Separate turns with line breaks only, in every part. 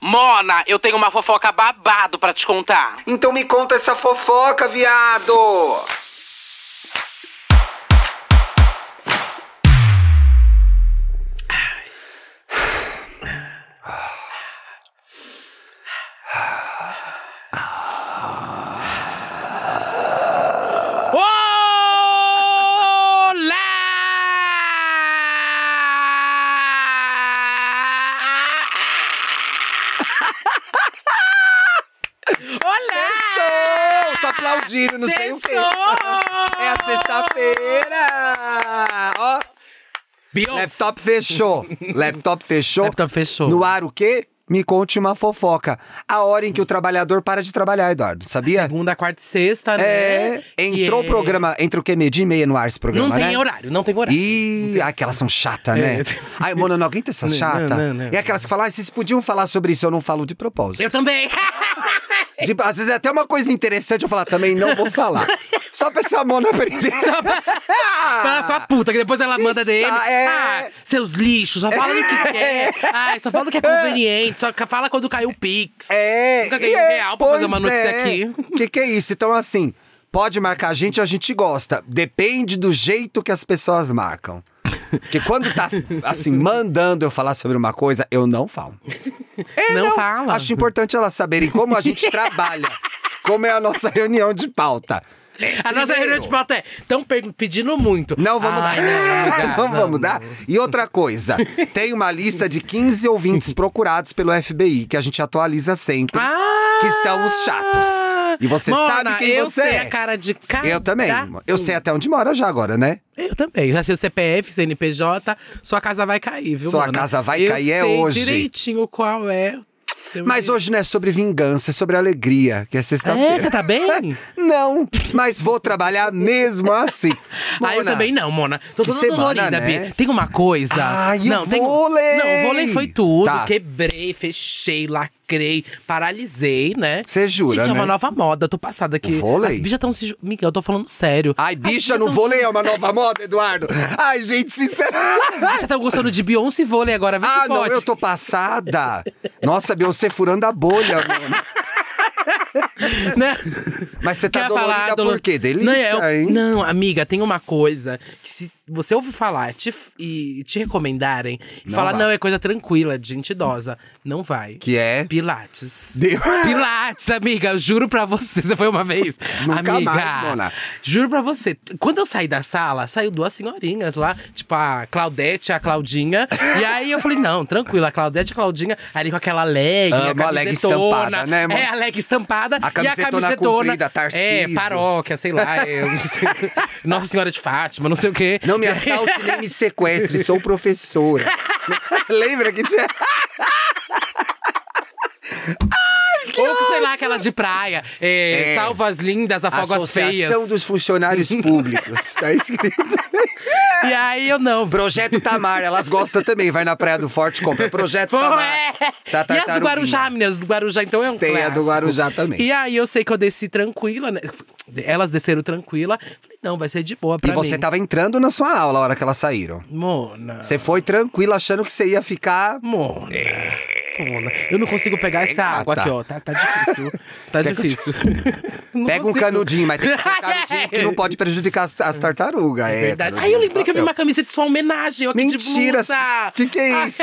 Mona, eu tenho uma fofoca babado pra te contar.
Então me conta essa fofoca, viado!
Olá!
Sextou! Tô aplaudindo, não sei o quê. É a sexta-feira! Ó,
Beyoncé.
laptop fechou. Laptop fechou.
Laptop fechou.
No ar o quê? Me conte uma fofoca. A hora em que o trabalhador para de trabalhar, Eduardo, sabia?
Segunda, quarta e sexta, né?
É. Entrou o
E é-
programa. Entra o quê? Meia e meia no ar esse programa,
Não
né?
tem horário, não tem horário.
Ih, ah, aquelas são chatas, né?
É.
Ai, mano, não aguenta essas
Não,
chatas.
não, não, não.
E aquelas que falam, ah, vocês podiam falar sobre isso, eu não falo de propósito.
Eu também!
De- às vezes é até uma coisa interessante eu falar, também não vou falar. Só pra essa mona aprender.
Fala pra puta, que depois ela manda dele.
Ah. é.
Ah, seus lixos, só fala do que quer. Ai, só fala do que é conveniente, só ca- fala quando caiu o Pix.
É,
Nunca
e
ganhei um
é,
real pra fazer
pois
uma notícia
é.
aqui.
Que que é isso? Então, assim, pode marcar a gente, a gente gosta. Depende do jeito que as pessoas marcam. Porque quando tá, assim, mandando eu falar sobre uma coisa, eu não falo. É,
Não fala.
Acho importante elas saberem como a gente trabalha. Como é a nossa reunião de pauta.
A nossa reunião de pauta é. Estão pedindo muito.
Não vamos
Ai,
dar.
não,
Não,
cara, não,
vamos dar. E outra coisa, tem uma lista de 15 ouvintes procurados pelo FBI, que a gente atualiza sempre.
Ah!
que são os chatos. E você
Mona,
sabe quem
eu
você
sei
é.
a cara de cada
Eu também.
tá.
Eu sei até onde mora já agora, né?
Eu também. Já sei o CPF, CNPJ, sua casa vai cair, viu?
Sua
mana?
casa vai
Eu
cair, é
sei
hoje.
direitinho qual é. Seu
Mas
direito.
hoje não é sobre vingança, é sobre alegria, que é sexta-feira.
É, você tá bem?
Não, mas vou trabalhar mesmo assim.
ah, eu
Mona,
também não, Mona. Tô
que
toda
semana,
dolorida,
né?
Bi. Tem uma coisa.
Ah, e o
não, tem um-
vôlei?
Não, o vôlei foi tudo.
Tá.
Quebrei, fechei, lacrei, paralisei, né?
Você jura,
Gente, é uma
né?
nova moda. Tô passada aqui.
O vôlei?
As bichas tão se. ju- Miguel, eu tô falando sério.
Ai,
As
bicha
tão
no
se
vôlei é uma nova moda, Eduardo. Ai, gente, sinceramente.
Vocês estão gostando de Beyoncé e vôlei agora, vê
Ah,
se
não,
pode.
eu tô passada. Nossa, Beyoncé furando a bolha, mano.
Né?
Mas você tá
Quer
dolorida
falar,
por
dolo-
quê? Delícia,
não, é, eu-
hein?
não, amiga, tem uma coisa que se você ouvir falar te f- e te recomendarem, e
Não
falar,
vai.
não, é coisa tranquila, de gente idosa, não vai.
Que é?
Pilates.
Deu-
Pilates, amiga, eu juro pra você. Você foi uma vez?
Nunca
amiga,
mais, Mona.
Juro pra você. Quando eu saí da sala, saiu duas senhorinhas lá, tipo a Claudete e a Claudinha. e aí eu falei, não, tranquilo, a Claudete e a Claudinha, ali com aquela leg,
Amo
a
a leg
camisetona.
estampada, né, Mona?
É, a leg estampada
A
e a
camisetona
camisetona.
comprida, Tarcísio.
É, paróquia, sei lá. é, não sei- Nossa Senhora de Fátima, não sei o quê.
Não me assalte nem me sequestre, sou professora. Lembra que tinha.
Ou que, sei lá, aquelas de praia. É,
É.
Salva as lindas, afoga as feias.
Associação dos Funcionários Públicos. Tá escrito.
E aí eu não.
Projeto Tamar, elas gostam também. Vai na Praia do Forte e compra. Projeto
Pô,
Tamar.
é. e
Tá
as do
tartaruguinha.
Guarujá, meninas, do Guarujá, então é um
Tem a
clássico.
do Guarujá também.
E aí eu sei que eu desci tranquila, né? Elas desceram tranquila. Falei, não, vai ser de boa
E
pra
você tá-
mim.
tava entrando na sua aula a hora que elas saíram.
Mona.
Você foi tranquilo, achando que você ia ficar.
Mona.
É.
Mona. Eu não consigo pegar essa
gata.
água aqui, ó. Tá, tá difícil. Tá
Ah, Quer que eu te-
difícil. Não
Pega um
consigo.
canudinho, mas tem que ser um canudinho que não pode prejudicar as, as tartarugas. É
Verdade. Aí
canudinho
eu lembrei
de
que eu vi
papel.
uma camiseta de sua homenagem, ó, que de
Mentira!
blusa. Ah,
Que que é isso?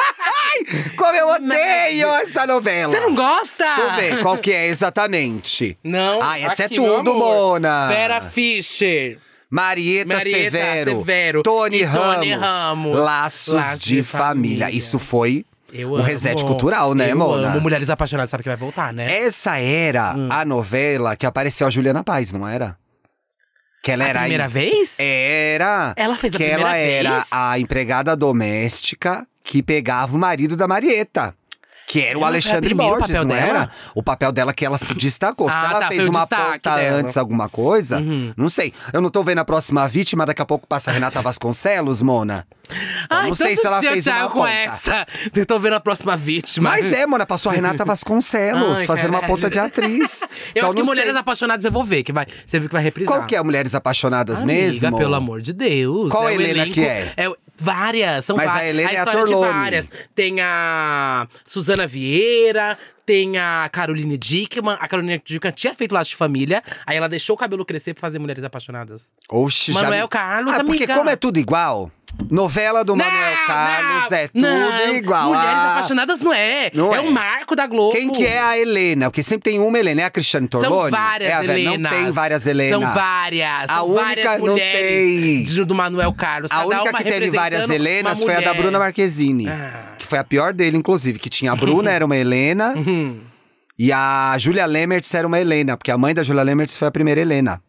Ai, como eu odeio essa novela!
Você não gosta?
Deixa eu ver qual que é exatamente.
Não.
Ah, essa
Então, aqui,
é
meu
tudo,
amor.
Mona.
Vera Fischer.
Marieta,
Marieta
Severo.
Severo
Tony,
e
Ramos,
Tony Ramos.
Laços
Laços
de,
de
família.
Família.
Isso foi
Eu
um
amo.
reset cultural, né,
eu
Mona? É,
Amo. Mulheres apaixonadas sabe que vai voltar, né?
Essa era
Hum.
a novela que apareceu a Juliana Paz, não era? Que ela
É a
era
primeira vez?
É, Era.
Ela fez a
que ela
primeira
era
vez?
a empregada doméstica que pegava o marido da Marieta. Que era
Ela
o
foi a
Alexandre
primeira, o
Borges,
papel
não
dela?
era? O papel dela que ela se destacou.
Ah,
se ela
tá,
fez
foi o
uma
destaque
ponta
dela. Uhum.
antes, alguma coisa, não sei. Eu não tô vendo a próxima vítima, daqui a pouco passa a Renata Vasconcelos, Mona.
Ai,
então não sei
tanto
se ela
dia
fez
eu
uma
saio com
ponta.
essa. Eu tô vendo a próxima vítima.
Mas é, mano, passou a Renata Vasconcelos
Ai,
fazendo uma
caralho.
ponta de atriz.
Eu
Então,
acho que
não
Mulheres
sei.
Apaixonadas eu vou ver, que vai, você viu que vai reprisar.
Qual que é Mulheres Apaixonadas
Amiga,
mesmo?
pelo amor de Deus.
Qual
é o
Helena
elenco-
que é?
o- várias, são
Mas a
várias.
Helena é
história
ator
de
nome.
várias. Tem a Suzana Vieira, tem a Caroline Dickman. A Caroline Dickman tinha feito Laço de Família, aí ela deixou o cabelo crescer pra fazer Mulheres Apaixonadas.
Oxe, já-
Manuel Carlos,
ah, porque
amiga.
como é tudo igual, novela do Manuel
Não,
Carlos
não,
é tudo
não.
igual.
Mulheres
Ah,
Apaixonadas não é.
Não
é
é.
um marco da Globo.
Quem que é a Helena? Porque sempre tem uma Helena. É a Cristiane
São
Torloni?
várias
é a Vera-
Helenas.
Não tem várias Helenas.
São várias.
A
são
única
várias
não tem.
mulheres de- do Manuel Carlos.
A
cada
única
uma
que teve várias
representando uma
Helenas foi a da
mulher.
Bruna Marquezine.
Ah.
Que foi a pior dele, inclusive. Que tinha a Bruna, era uma Helena.
Hum.
E a Julia Lemertz era uma Helena. Porque a mãe da Julia Lemertz foi a primeira Helena.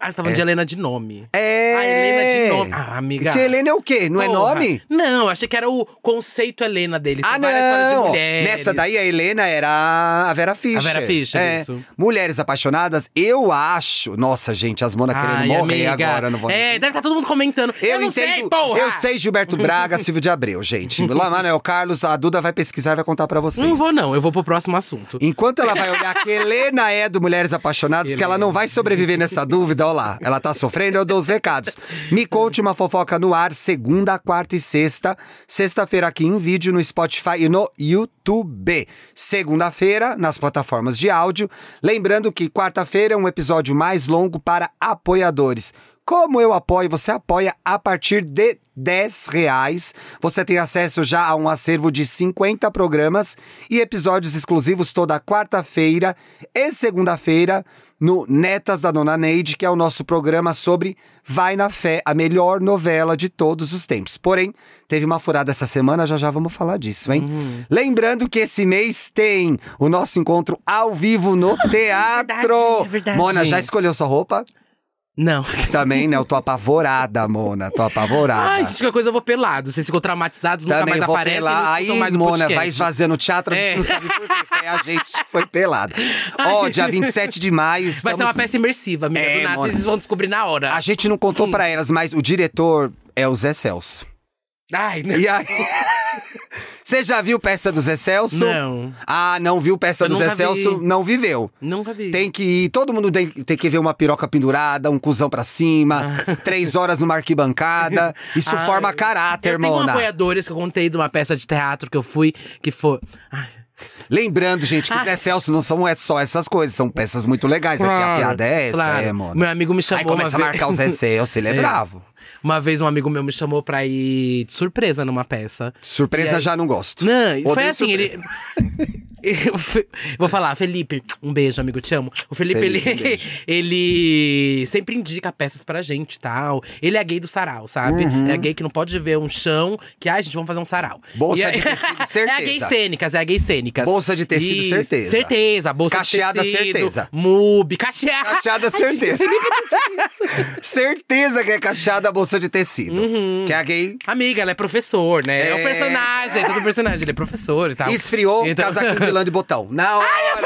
Ah, você tá falando de Helena de nome.
É!
A Helena de nome. Ah, amiga.
Que Helena é o quê? Não é
Porra.
nome?
Não, achei que era o conceito Helena deles.
Ah,
Tem várias histórias de
não!
mulheres.
Nessa daí, a Helena era a Vera Fischer.
Vera Fischer,
é.
isso.
Mulheres Apaixonadas, eu acho… Nossa, gente, as Mona tá querendo
Ai,
morrer
amiga.
agora, não vou
É, deve estar todo mundo comentando. Eu, não sei, porra!
eu sei Gilberto Braga, Silvio de Abreu, gente. Lá, Manuel Carlos, a Duda vai pesquisar e vai contar pra vocês.
Não vou, não. Eu vou pro próximo assunto.
Enquanto ela vai olhar que Helena é do Mulheres Apaixonadas, que ela não vai sobreviver nessa dúvida, olha lá. Ela tá sofrendo, eu dou os recados. Me conte uma fofoca no ar, segunda, quarta e sexta. Sexta-feira aqui em vídeo no Spotify e no YouTube. Segunda-feira, nas plataformas de áudio. Lembrando que quarta-feira é um episódio mais longo para apoiadores. Como eu apoio, você apoia a partir de R$ 10 reais. Você tem acesso já a um acervo de 50 programas e episódios exclusivos toda quarta-feira e segunda-feira no Netas da Dona Neide, que é o nosso programa sobre Vai na Fé, a melhor novela de todos os tempos. Porém, teve uma furada essa semana, já já vamos falar disso, hein?
Uhum.
Lembrando que esse mês tem o nosso encontro ao vivo no teatro.
é verdade.
Mona, já escolheu sua roupa?
Não.
Também, né? Eu tô apavorada, Mona. Tô apavorada.
Ai, gente, qualquer coisa eu vou pelado. Vocês ficam traumatizados, nunca
Tá, Também
mais
vou
aparecem.
pelar.
não escutam
Aí,
mais o
Mona,
podcast.
vai esvaziando o teatro, a gente
É.
não sabe por quê. Foi a gente que foi pelada. Ó, dia 27 de maio,
Vai
estamos...
ser uma peça imersiva, amiga.
É,
do nada,
Mona.
vocês vão descobrir na hora.
A gente não
Hum.
contou pra elas, mas o diretor é o Zé Celso.
Ai, não.
E aí... Você já viu peça do Zé Celso?
Não.
Ah, não viu peça
Eu
do Zé
nunca vi.
Celso? Não viveu.
Nunca vi.
Tem que ir, todo mundo tem, tem que ver uma piroca pendurada, um cuzão pra cima, três horas numa arquibancada. Isso
Ah. Ai.
forma caráter,
Eu tenho
Mona.
apoiadores que eu contei de uma peça de teatro que eu fui, que foi. Ai,
Lembrando, gente,
Ah.
que Zé Celso não são é só essas coisas, são peças muito legais. Aqui a
claro,
piada é essa,
claro.
é, mano.
Meu amigo me chamou.
Aí começa a
uma
marcar o
vez...
Zé Celso, ele é,
É.
bravo.
Uma vez um amigo meu me chamou pra ir de surpresa numa peça. E
Surpresa
aí-
já não gosto.
Não, isso foi
Odeio
assim,
surpresa.
ele. Eu fui- Vou falar, Felipe, um beijo, amigo, te amo. O Felipe,
Felipe, um
ele,
beijo.
ele sempre indica peças pra gente e tal. Ele é gay do sarau, sabe?
Uhum.
É gay que não pode ver um chão, que, ai, gente, vamos fazer um sarau.
Bolsa
E aí-
de tecido,
É a
certeza.
gay cênicas, é a gay cênicas.
Bolsa de tecido,
Isso,
certeza.
Certeza, bolsa
Cacheada,
de tecido.
certeza.
Mub, cacheada.
Cachada certeza. certeza que é cachada bolsa de tecido.
Uhum.
Que é a gay
Amiga, ela é professor, né? É,
É.
um personagem, é todo personagem, ele é professor e tal.
esfriou um
Então-
casaquinho de lã de botão. Na hora!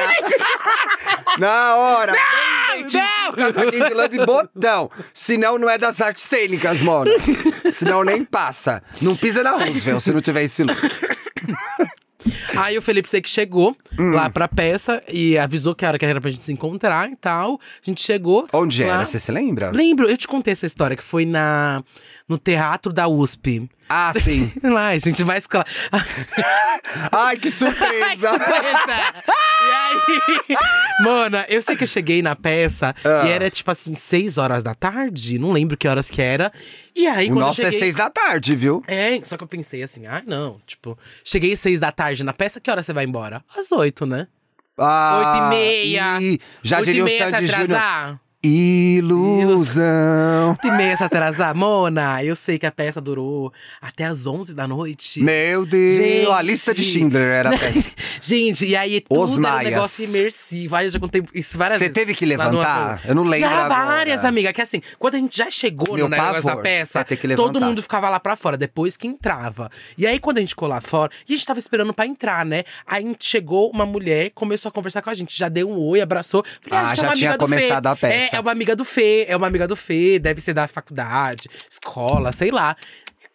Na hora! Bem feitinho,
não!
Casaquinho de lã de botão. Senão não é das artes cênicas, mano. Senão nem passa. Não pisa na Roosevelt se não tiver esse look.
Aí o Felipe sei que chegou
Hum.
lá pra peça e avisou que era que era pra gente se encontrar e tal. A gente chegou.
Onde
lá.
era? Você se lembra?
Lembro, eu te contei essa história que foi na no teatro da USP.
Ah, sim.
Lá, a gente vai escalar.
Ai, que
Ai, que
surpresa!
surpresa! E aí, Mona, eu sei que eu cheguei na peça
Ah.
e era tipo assim, seis horas da tarde, não lembro que horas que era. E aí,
O
quando eu
nosso é
cheguei-
seis da tarde, viu?
É, só que eu pensei assim, ah, não. Tipo, cheguei seis da tarde na peça, que hora você vai embora? Às oito, né?
Ah,
Oito e meia.
ih, já
oito
diria
e
o
meia
Sandy
se
Júnior.
atrasar.
Ilusão.
Oito e meia se atrasar. Mona, eu sei que a peça durou até às onze da noite.
Meu Deus.
Gente.
A lista de Schindler era a peça.
Gente, e aí tudo
Os
era um
maias.
negócio imersivo. Aí eu já contei isso várias
Você
vezes.
teve que
lá no
levantar?
Apple.
Eu não lembro
Já
agora.
várias, amiga. Que assim, quando a gente já chegou
Meu
no negócio
pavor
da peça,
é ter que
todo
levantar.
mundo ficava lá pra fora, depois que entrava. E aí, quando a gente ficou lá fora, e a gente tava esperando pra entrar, né? Aí chegou uma mulher, começou a conversar com a gente. Já deu um oi, abraçou. Falei,
Ah,
gente,
já
é uma
tinha
amiga do Fê.
começado a peça.
É, é uma amiga do Fê, é uma amiga do Fê. Deve ser da faculdade, escola, sei lá.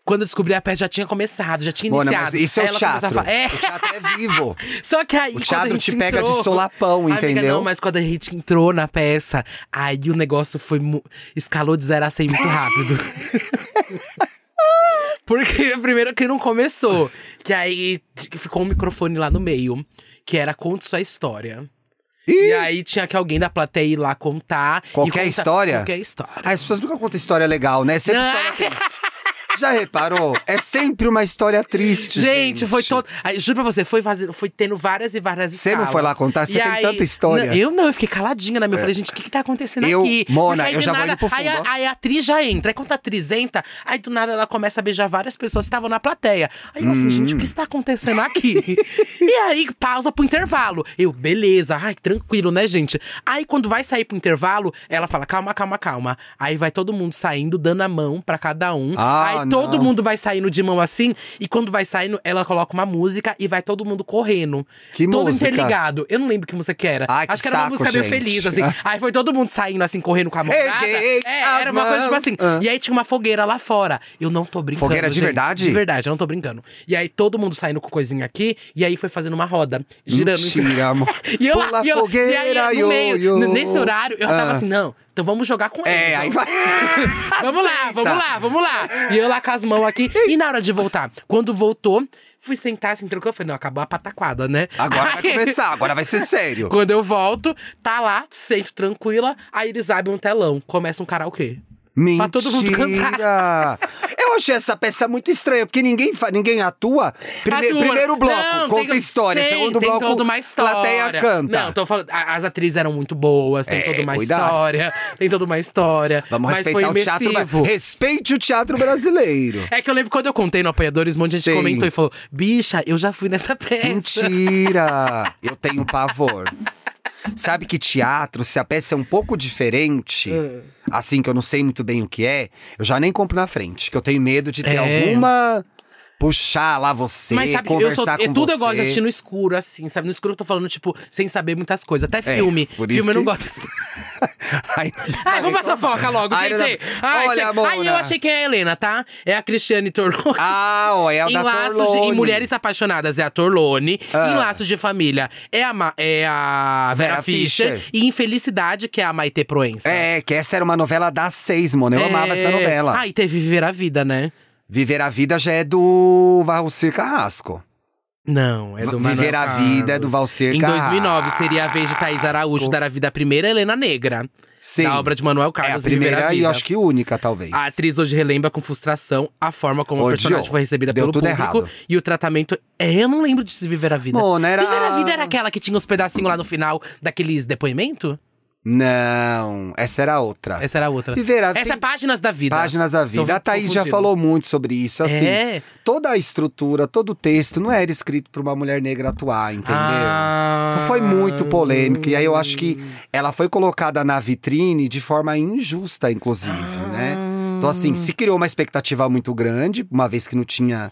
Quando eu descobri a peça, já tinha começado, já tinha
Mona,
iniciado.
mas isso é
Aí
o
ela começou a
teatro.
falar- É.
O teatro é vivo.
Só que aí.
O
quando
teatro
a gente
te pega
entrou-
de solapão,
Amiga,
entendeu?
não, mas quando a gente entrou na peça, aí o negócio foi. mu- escalou de 0 a 100 muito rápido. Porque primeiro que não começou. Que aí t- ficou um microfone lá no meio, que era conte sua história. E aí tinha que alguém da plateia ir lá contar. e
Qualquer
contar-
história?
Qualquer história.
Ah, As pessoas nunca contam história legal, né? Sempre
Não.
história triste. Já reparou? É sempre uma história triste.
Gente, foi todo. Aí, juro pra você, foi, fazendo, foi tendo várias e várias
Você não
escalas.
foi lá contar? Você
E
tem
aí-
tanta história. É.
Não, eu não, eu fiquei caladinha na minha. Eu falei, gente, o que que tá acontecendo
Eu-
aqui?
Mona,
Porque aí
eu
do
já vou
nada-
indo pro fundo,
Aí, a-
ó.
aí a atriz já entra. Aí quando a atriz entra, aí do nada ela começa a beijar várias pessoas que estavam na plateia. Aí eu assim,
Hum.
gente, o que está acontecendo aqui? e aí pausa pro intervalo. Eu, beleza, ai, tranquilo, né, gente? Aí quando vai sair pro intervalo, ela fala, calma, calma, calma. Aí vai todo mundo saindo, dando a mão pra cada um.
Ah,
aí todo
não.
mundo vai saindo de mão assim, e quando vai saindo, ela coloca uma música e vai todo mundo correndo.
Que
todo
música?
interligado. Eu não lembro que música que era.
Ai, que
Acho que era uma
saco,
música meio
gente.
feliz, assim. Aí foi todo mundo saindo, assim, correndo com a mão.
Erguei
É,
as
era uma coisa tipo
mãos.
assim.
Ah.
E aí tinha uma fogueira lá fora. Eu não tô brincando.
Fogueira de
gente.
verdade?
De verdade, eu não tô brincando. E aí todo mundo saindo com coisinha aqui, e aí foi fazendo uma roda, girando.
Mentira, amor.
né? E eu, lá-
Pula
e eu,
fogueira,
e aí,
io,
no meio,
io.
n- nesse horário, eu tava
Ah.
assim, não, então vamos jogar com
É,
eles,
aí
vamos-
vai. Tá
vamos lá, vamos lá, vamos lá. E eu lá com as mãos aqui. E na hora de voltar, quando voltou, fui sentar assim, trocou. Eu falei, não, acabou a pataquada, né?
Agora vai
Aí-
começar, agora vai ser sério.
Quando eu volto, tá lá, sento tranquila. Aí eles abrem um telão, começa um karaokê. Pra
Mentira!
Tá todo mundo
Eu achei essa peça muito estranha, porque ninguém, fa- ninguém atua. Prime-
Atua.
Primeiro bloco,
um, Não,
conta
tem-
história.
tem-
Segundo
tem
bloco,
toda uma história.
plateia canta.
Não, tô falando, a- as atrizes eram muito boas, tem
É,
toda uma
cuidado.
história. Tem toda uma história.
Vamos
mas
respeitar
foi
o teatro.
imersivo.
bra- Respeite o teatro brasileiro.
É que eu lembro quando eu contei no Apoiadores, um monte de gente
Sim.
comentou e falou: bicha, eu já fui nessa peça.
Mentira! Eu tenho pavor. Sabe que teatro, se a peça é um pouco diferente,
É.
assim que eu não sei muito bem o que é, eu já nem compro na frente, que eu tenho medo de ter
É.
alguma puxar lá você,
Mas sabe, eu sou,
conversar
é
com
tudo
você.
eu gosto de assistir no escuro, assim, sabe? No escuro eu tô falando, tipo, sem saber muitas coisas. Até
É,
filme.
por
filme
isso
eu não
que-
gosto.
Ai, não dá
Ai,
nem
vamos pra fofoca logo,
Ai, não
gente.
dá-
Ai,
Olha,
che-
Mona.
Ai, eu achei quem é a Helena, tá? É a Cristiane Torlone.
Ah, ó, é o
em
da
laços de,
Torlone.
em Mulheres Apaixonadas é a Torlone.
Ah.
Em Laços de Família é a, Ma- é a Vera,
Vera
Fischer.
Fischer.
E em Felicidade, que é a Maite Proença.
É, que essa era uma novela das seis, mano. Eu
É.
amava essa novela.
Ah, e teve Viver a Vida, né?
Viver a Vida já é do Valcir Carrasco.
Não, é do Manuel
Viver a Vida é do
Carlos.
Valcir
Em
Carrasco.
2009, seria a vez de Thaís Araújo dar a vida à primeira Helena Negra.
Sim.
Da obra de Manuel
É a
Carlos Viver
primeira e
Vida.
eu acho que única, talvez.
A atriz hoje relembra com frustração a forma como
Odiou.
a personagem foi recebida
Deu
pelo
tudo
público.
errado.
E o tratamento. É, eu não lembro de se viver a vida.
Mona, era-
Viver a vida era aquela que tinha os pedacinhos lá no final daqueles depoimento?
Não, essa era outra.
Essa era a outra.
Viver a
Essa é
Vida.
Páginas da Vida.
Páginas da
Tô
Vida. A Thaís já
confundindo.
falou muito sobre isso. Assim,
É.
toda a estrutura, todo o texto não era escrito pra uma mulher negra atuar, entendeu?
Ah.
Então foi muito polêmico. E aí eu acho que ela foi colocada na vitrine de forma injusta, inclusive, né? Então, assim, se criou uma expectativa muito grande, uma vez que não tinha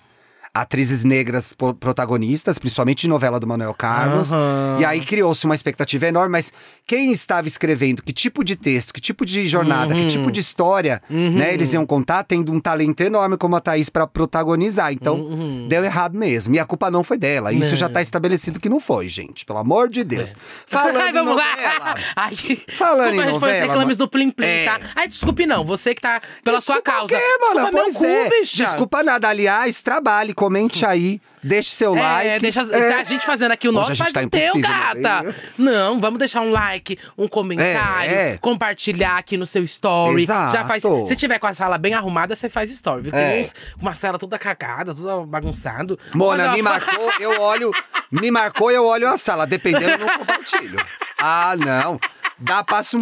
atrizes negras po- protagonistas, principalmente de novela do Manuel Carlos.
Aham.
E aí criou-se uma expectativa enorme, mas quem estava escrevendo, que tipo de texto, que tipo de jornada, que
Uhum.
tipo de história, né, eles iam contar, tendo um talento enorme como a Thaís pra protagonizar. Então,
Uhum.
deu errado mesmo. E a culpa não foi dela. Isso
É.
já tá estabelecido que não foi, gente. Pelo amor de Deus. Falando
Ai, vamos
em
lá!
novela,
Ai,
Falando
desculpa,
em
a gente foi assim os
novela,
reclames
mano.
do Plim Plim,
É.
tá? Ai, desculpe não, você que tá pela sua
desculpa
causa.
o quê, mana?
Desculpa meu
Pois
cu,
é.
bicha.
Desculpa nada. Aliás, trabalhe, comente aí, deixe seu
É,
like.
deixa
É.
a gente fazendo aqui o
Hoje a
nosso,
gente
faz
tá
o teu,
impossível,
gata.
né?
Não, vamos deixar um like, um comentário,
É, é.
compartilhar aqui no seu story.
Exato.
Já faz, se tiver com a sala bem arrumada, você faz story. Viu?
É.
Tem uns, uma sala toda cagada, toda bagunçado.
Mona,
Mas, ó,
me marcou, eu olho. Me marcou, eu olho a sala. Dependendo, eu não compartilho. Ah, não. Dá, passa um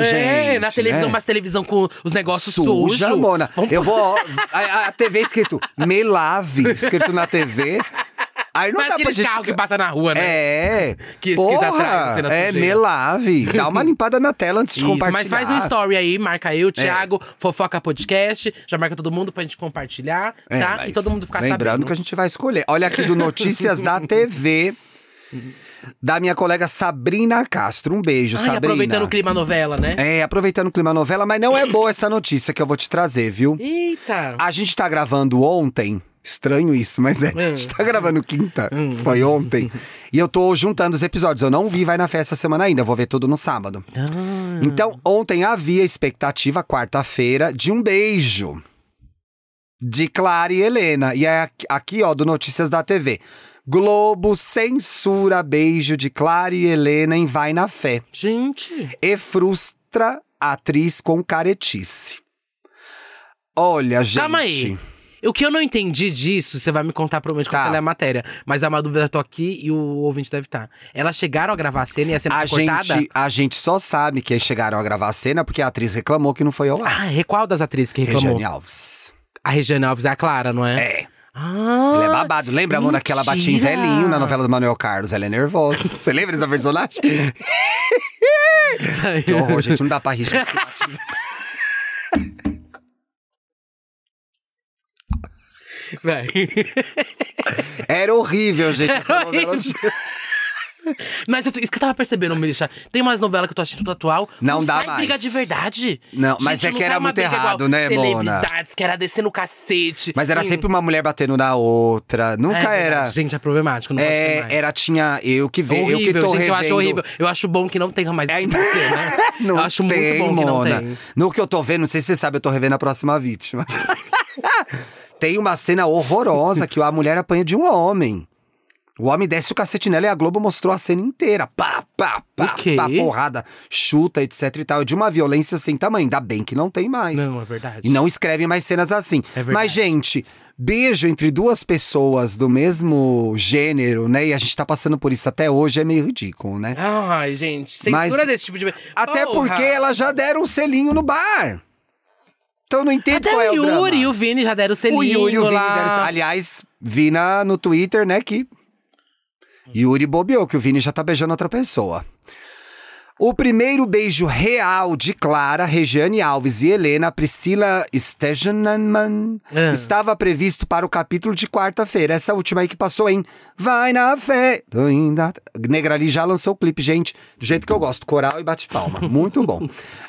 É,
gente.
na televisão,
né?
mas televisão com os negócios sujos.
Suja, Mona.
Vamos-
Eu vou. A, a- a TV escrito me lave, escrito na TV. Aí não
Mas
dá pra
aqueles
gente.
carros que passa na rua, né?
É.
Que- que
porra,
atrás, assim, na
É,
sujeira.
me lave. Dá uma limpada na tela antes de
Isso,
compartilhar.
mas
É.
faz um story aí, marca eu, Thiago, Fofoca Podcast, já marca todo mundo pra gente compartilhar,
É,
tá?
mas
E todo mundo ficar
Lembrando
sabendo.
que a gente vai escolher. Olha aqui do Notícias da TV. Da minha colega Sabrina Castro. Um beijo,
Ai,
Sabrina.
aproveitando o clima novela, né?
É, aproveitando o clima novela, mas não é boa essa notícia que eu vou te trazer, viu?
Eita!
A gente tá gravando ontem. Estranho isso, mas é. A gente tá gravando quinta,
Hum.
foi ontem. E eu tô juntando os episódios. Eu não vi Vai na Festa essa semana ainda, eu vou ver tudo no sábado.
Ah.
Então, ontem havia expectativa, quarta-feira, de um beijo. De Clara e Helena. E é aqui- aqui, ó, do Notícias da TV. Globo censura beijo de Clara e Helena em Vai na Fé
Gente,
e frustra a atriz com caretice. Olha, gente.
calma aí. O que eu não entendi disso, você vai me contar provavelmente quando
Tá.
você ler a matéria. Mas é uma dúvida que eu tô aqui e o ouvinte deve estar. Elas chegaram a gravar a cena e a cena
A
foi cortada?
gente, a gente só sabe que eles chegaram a gravar a cena porque a atriz reclamou que não foi ao ar.
Ah, é qual das atrizes que reclamou?
Regiane Alves.
A Regiane Alves é a Clara, não é?
É,
Ah,
ela é babado. Lembra, Mona, que ela batia em
mentira.
velhinho na novela do Manuel Carlos? Ela é nervosa. Você lembra dessa personagem? que horror, gente. Não dá pra rir, gente.
Vai.
Era horrível, gente. essa é
Era
novela.
horrível. Mas eu tô- isso que eu tava percebendo, Milixa. Tem umas novelas que eu tô assistindo atual.
Não dá
sai
mais.
briga de verdade.
Não, mas é que
sai
era
uma
muito
briga igual
errado, né, Mona?
Celebridades que era descer no cacete.
Mas era
Sim.
sempre uma mulher batendo na outra.
É
Nunca
verdade.
era.
Gente, é problemático, não pode ter mais.
É, era, tinha. Eu que vejo. Eu
horrível,
que tô
gente,
revendo.
eu acho horrível. Eu acho bom que não tenha mais
É,
isso pra ser, né?
Não
eu acho
tem,
muito bom
Mona.
que não tem.
No que eu tô vendo, não sei se você sabe, eu tô revendo a próxima vítima. tem uma cena horrorosa que a mulher apanha de um homem. O homem desce o cacete nela e a Globo mostrou a cena inteira. Pá, pá, pá,
O quê?
pá, porrada, chuta, etc e tal. É De uma violência sem tamanho. Ainda bem que não tem mais.
Não, é verdade.
E não escrevem mais cenas assim.
É verdade.
Mas, gente, beijo entre duas pessoas do mesmo gênero, né? E a gente tá passando por isso até hoje, é meio ridículo, né?
Ai, gente, censura
Mas-
desse tipo de...
Até
Porra!
porque elas já deram um selinho no bar. Então eu não entendo
Até
qual é
o Yuri
drama.
e o Vini já deram o selinho
O Yuri e o Vini
lá.
deram Aliás, vi na, no Twitter, né, que Yuri bobeou, que o Vini já tá beijando outra pessoa. O primeiro beijo real de Clara, Regiane Alves e Helena Priscila Stegenman
Ah.
estava previsto para o capítulo de quarta-feira. Essa última aí que passou, hein? Vai na fé. Tô ainda- Negrali já lançou o clipe, gente. Do jeito que eu gosto, coral e bate-palma. Muito bom.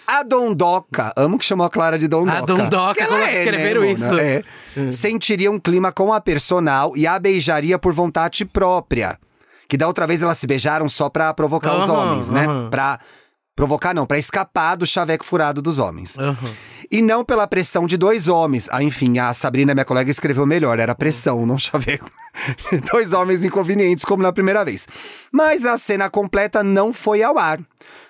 A Dondoca, amo que chamou a Clara de Dondoca.
A Dondoca,
Que ela
como
né,
escreveram
Mona?
isso?
É.
Hum.
Sentiria um clima com a personal e a beijaria por vontade própria. Que da outra vez elas se beijaram só pra provocar os
Aham,
homens, né?
aham.
Pra provocar não, pra escapar do chaveco furado dos homens.
Aham.
E não pela pressão de dois homens. Ah, enfim, a Sabrina, minha colega, escreveu melhor. Era pressão, não chaveco. dois homens inconvenientes, como na primeira vez. Mas a cena completa não foi ao ar,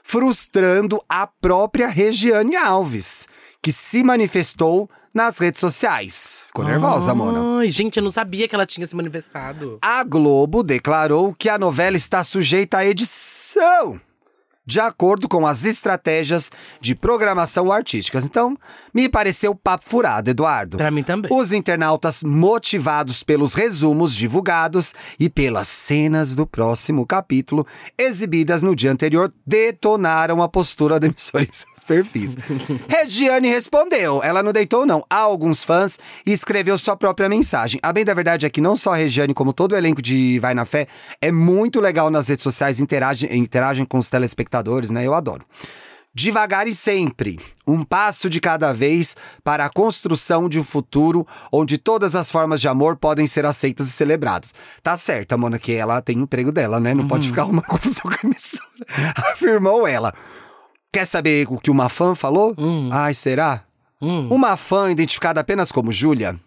frustrando a própria Regiane Alves, que se manifestou nas redes sociais. Ficou nervosa,
Ah.
Mona.
Ai, gente, eu não sabia que ela tinha se manifestado.
A Globo declarou que a novela está sujeita à edição, de acordo com as estratégias de programação artísticas. Então, me pareceu papo furado, Eduardo.
Pra mim também.
Os internautas, motivados pelos resumos divulgados e pelas cenas do próximo capítulo, exibidas no dia anterior, detonaram a postura da emissora em seus perfis. Regiane respondeu, ela não deitou não, a alguns fãs e escreveu sua própria mensagem. A bem da verdade é que não só a Regiane, como todo o elenco de Vai na Fé, é muito legal nas redes sociais, interagem, interagem com os telespectadores, né? Eu adoro. Devagar e sempre, um passo de cada vez para a construção de um futuro onde todas as formas de amor podem ser aceitas e celebradas. Tá certa, Mona, que ela tem o emprego dela, né? Não pode ficar uma confusão com a emissora. Afirmou ela. Quer saber o que uma fã falou? Ai, será?
Hum.
Uma fã identificada apenas como Júlia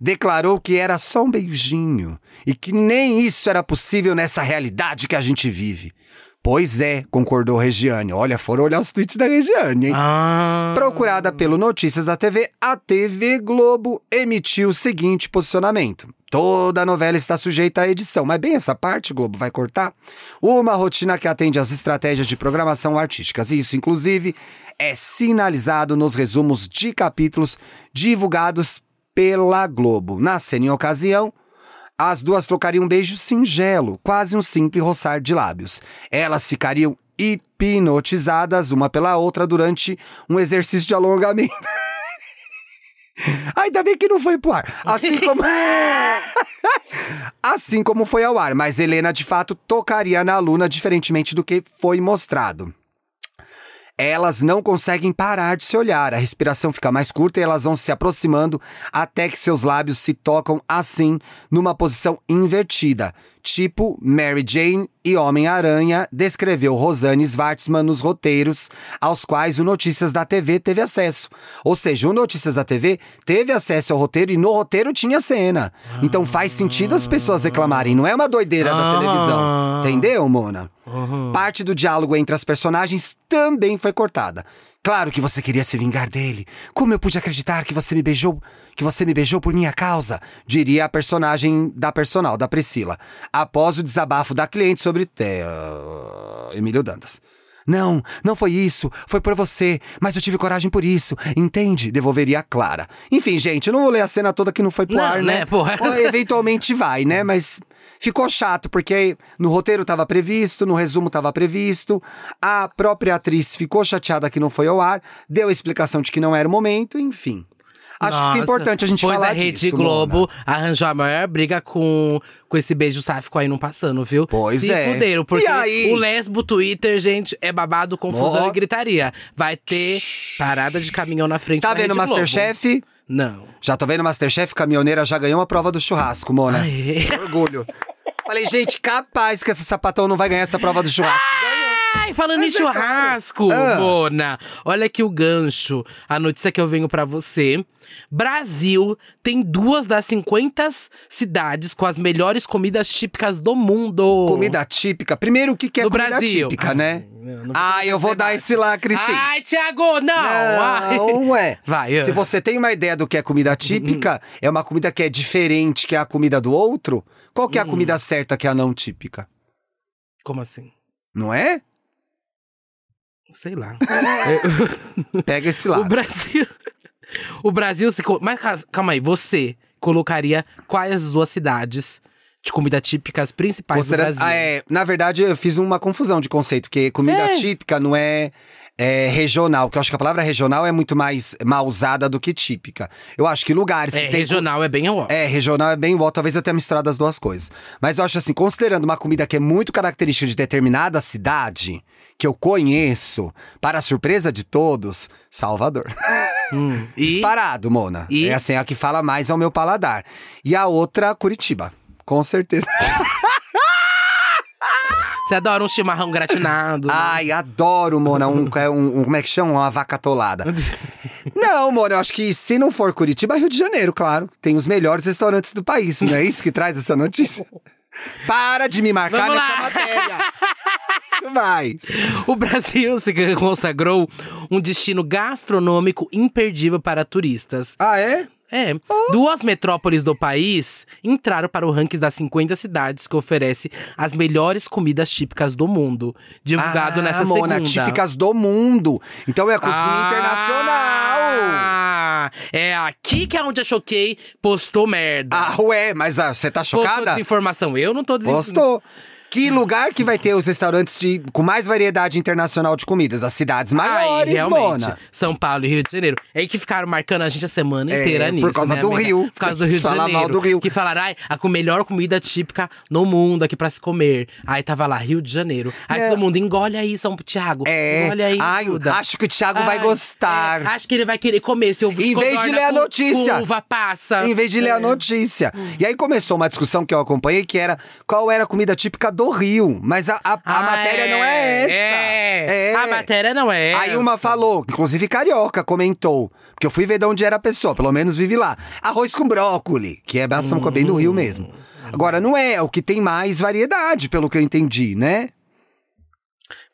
declarou que era só um beijinho e que nem isso era possível nessa realidade que a gente vive. Pois é, concordou Regiane. Olha, foram olhar os tweets da Regiane, hein?
Ah.
Procurada pelo Notícias da TV, a TV Globo emitiu o seguinte posicionamento. Toda novela está sujeita à edição, mas bem essa parte, Globo vai cortar? Uma rotina que atende às estratégias de programação artísticas. Isso, inclusive, é sinalizado nos resumos de capítulos divulgados pela Globo. Na cena em ocasião, as duas trocariam um beijo singelo, quase um simples roçar de lábios. Elas ficariam hipnotizadas uma pela outra durante um exercício de alongamento. Ainda bem que não foi pro ar. Assim como. assim como foi ao ar, mas Helena de fato tocaria na aluna, diferentemente do que foi mostrado. Elas não conseguem parar de se olhar, a respiração fica mais curta e elas vão se aproximando até que seus lábios se tocam assim, numa posição invertida, tipo Mary Jane e Homem-Aranha, descreveu Rosane Schwartzman nos roteiros aos quais o Notícias da TV teve acesso. Ou seja, o Notícias da TV teve acesso ao roteiro e no roteiro tinha cena. Então faz sentido as pessoas reclamarem, não é uma doideira da televisão.
Ah.
Entendeu, Mona? Parte do diálogo entre as personagens também foi cortada. Claro que você queria se vingar dele. Como eu pude acreditar que você me beijou, que você me beijou por minha causa? Diria a personagem da personal, da Priscila, após o desabafo da cliente sobre te... eh, Emílio Dantas. Não, não foi isso, foi por você, mas eu tive coragem por isso, entende? Devolveria a Clara. Enfim, gente, eu não vou ler a cena toda que não foi pro
Não,
ar, né?
né, porra?
Ou Eventualmente vai, né? Mas ficou chato, porque no roteiro tava previsto, no resumo tava previsto, a própria atriz ficou chateada que não foi ao ar, deu a explicação de que não era o momento, enfim. Acho que
Nossa,
fica importante a gente
pois
falar
a Rede
disso,
Globo
Mona.
arranjou a maior briga com, com esse beijo sáfico aí não passando, viu?
Pois
Se
é.
fuderam, porque
E aí?
o lesbo Twitter, gente, é babado, confusão
Ó.
e gritaria. Vai ter parada de caminhão na frente
Tá
da Rede
vendo
Globo.
Masterchef?
Não.
Já tô vendo Masterchef, caminhoneira já ganhou uma prova do churrasco, Mona.
Ai,
Orgulho. Falei, gente, capaz que esse sapatão não vai ganhar essa prova do churrasco.
Ai, falando em
Mas é claro.
churrasco,
Ah.
Mona, olha aqui o gancho. A notícia que eu venho pra você. Brasil tem duas das 50 cidades com as melhores comidas típicas do mundo.
Comida típica. Primeiro, o que, que é
Do
comida
Brasil.
típica, né?
Não, não
Ah, eu vou dar esse lacre sim.
Ai, Thiago, não! Ai.
Não é.
Vai,
Se
eu-
você tem uma ideia do que é comida típica,
Hum.
é uma comida que é diferente que é a comida do outro, qual que é a
Hum.
comida certa que é a não típica?
Como assim?
Não é?
Sei lá.
Pega esse
o
lado.
Brasil. O Brasil se. co- Mas cas- calma aí, você colocaria quais as duas cidades de comida típica as principais
Considera-
do Brasil?
Ah, é, na verdade, eu fiz uma confusão de conceito, porque comida
É.
típica não é, é regional, que eu acho que a palavra regional é muito mais mal usada do que típica. Eu acho que lugares
É,
que tem.
regional é bem ó.
É, regional é bem igual, talvez eu tenha misturado as duas coisas. Mas eu acho assim, considerando uma comida que é muito característica de determinada cidade, que eu conheço, para a surpresa de todos, Salvador. É.
Hum. E
Disparado, Mona.
E?
É assim, a que fala mais ao meu paladar. E a outra, Curitiba. Com certeza.
você adora um chimarrão gratinado. né?
Ai, adoro, Mona. Um, é um- um- como é que chama? Uma vaca atolada. Não, Mona, eu acho que se não for Curitiba, Rio de Janeiro, claro. Tem os melhores restaurantes do país. Não é isso que traz essa notícia? Para de me marcar
Vamos
nessa
lá.
matéria. Mas.
O Brasil se consagrou um destino gastronômico imperdível para turistas.
Ah, é?
É. Duas metrópoles do país entraram para o ranking das 50 cidades que oferece as melhores comidas típicas do mundo. Divulgado
ah,
nessa
Mona,
segunda.
típicas do mundo. Então é a cozinha internacional.
Ah, é aqui que é onde a Choquei postou merda.
Ah, ué, mas ah, você tá
Postou
chocada?
desinformação. Eu não tô desinformando.
Gostou. Que lugar que vai ter os restaurantes de- com mais variedade internacional de comidas? As cidades maiores,
realmente.
Mona.
São Paulo e Rio de Janeiro. É aí que ficaram marcando a gente a semana
É,
inteira
por
nisso.
causa
né,
do
amiga?
Rio.
Por causa do Rio de
Falar mal
Janeiro.
do Rio.
Que falaram, ai, a com- melhor comida típica no mundo aqui pra se comer. Aí tava lá, Rio de Janeiro. Aí
Não.
todo mundo, engole aí, São Tiago.
É.
Engole aí,
Ai,
Duda.
acho que o Thiago vai
Ai,
gostar.
é, acho que ele vai querer comer seu
Em vez de ler a notícia.
Uva passa.
Em vez de ler a notícia. E aí começou uma discussão que eu acompanhei, que era qual era a comida típica do Rio. Mas a, a- a
Ah,
matéria
é,
não é essa.
É. A matéria não é
Aí
essa.
uma falou, inclusive carioca comentou, porque eu fui ver de onde era a pessoa, pelo menos vive lá. Arroz com brócoli, que é bastante hum. bem do Rio mesmo. Agora, não é, é o que tem mais variedade, pelo que eu entendi, né?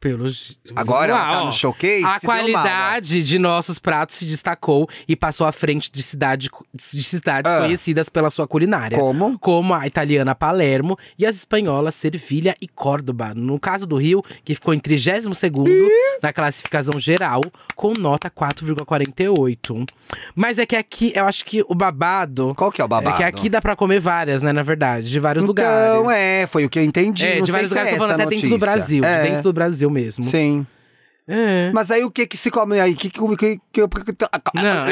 Pelo...
Agora
Vamos
ela tá
ó.
no showcase,
A
se deu mal, ó.
qualidade de nossos pratos se destacou e passou à frente de, cidade, de cidades
Ah.
conhecidas pela sua culinária.
Como?
Como a italiana Palermo e as espanholas Servilha e Córdoba. No caso do Rio, que ficou em 32 na classificação geral, com nota 4,48. Mas é que aqui, eu acho que o babado.
Qual que é o babado?
É que aqui dá pra comer várias, né, na verdade, de vários lugares.
Então, é, foi o que eu entendi.
É,
não
de
sei
vários
se é
lugares, tô
essa
falando até
notícia.
dentro do Brasil,
É,
dentro do Brasil mesmo.
Sim.
É.
Mas aí o que que se come aí? Que, que, que, que,
Não,
Ah,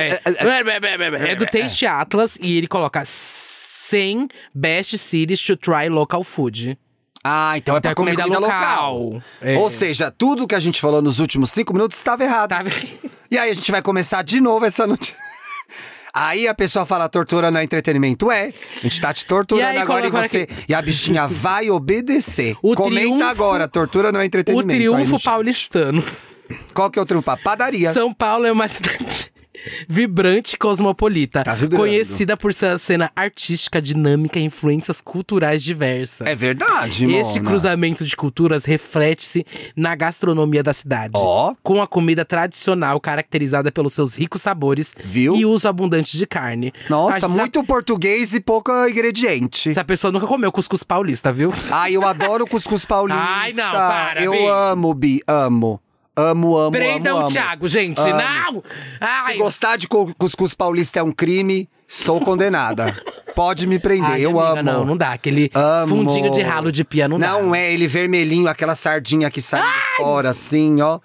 é. É do Taste Atlas e ele coloca 100 best cities to try local food.
Ah, então é
Então
pra
é
comer comida,
comida
local.
local. É.
Ou seja, tudo que a gente falou nos últimos cinco minutos estava errado.
Tá vendo?
E aí a gente vai começar de novo essa noite. Aí a pessoa fala, tortura não é entretenimento. É, a gente tá te torturando
E aí,
agora e
coloca
você. E a bichinha vai obedecer.
O
Comenta
triunfo-
agora, tortura não é
O
entretenimento. Aí a
triunfo
gente-
paulistano.
Qual que é o triunfo? A padaria.
São Paulo é uma cidade vibrante e cosmopolita,
Tá vibrando.
conhecida por sua cena artística, dinâmica e influências culturais diversas.
É verdade, mano.
Este cruzamento de culturas reflete-se na gastronomia da cidade.
Ó.
Com a comida tradicional caracterizada pelos seus ricos sabores
Viu?
e uso abundante de carne.
Nossa,
Acho que
muito português e pouco ingrediente.
Essa pessoa nunca comeu cuscuz paulista, viu?
Ai, eu adoro cuscuz paulista.
Ai, não, para,
Eu
Bi.
amo, Bi, amo. Amo, amo,
Prendam
amo,
o
amo.
Thiago, gente.
Amo.
Não! Ai,
Se gostar de cu- cuscuz paulista é um crime, sou condenada. Pode me prender,
ai,
eu
amiga,
amo.
Não, não dá. Aquele
Amo.
fundinho de ralo de pia, não, dá.
Não é ele vermelhinho, aquela sardinha que sai de fora, assim, ó.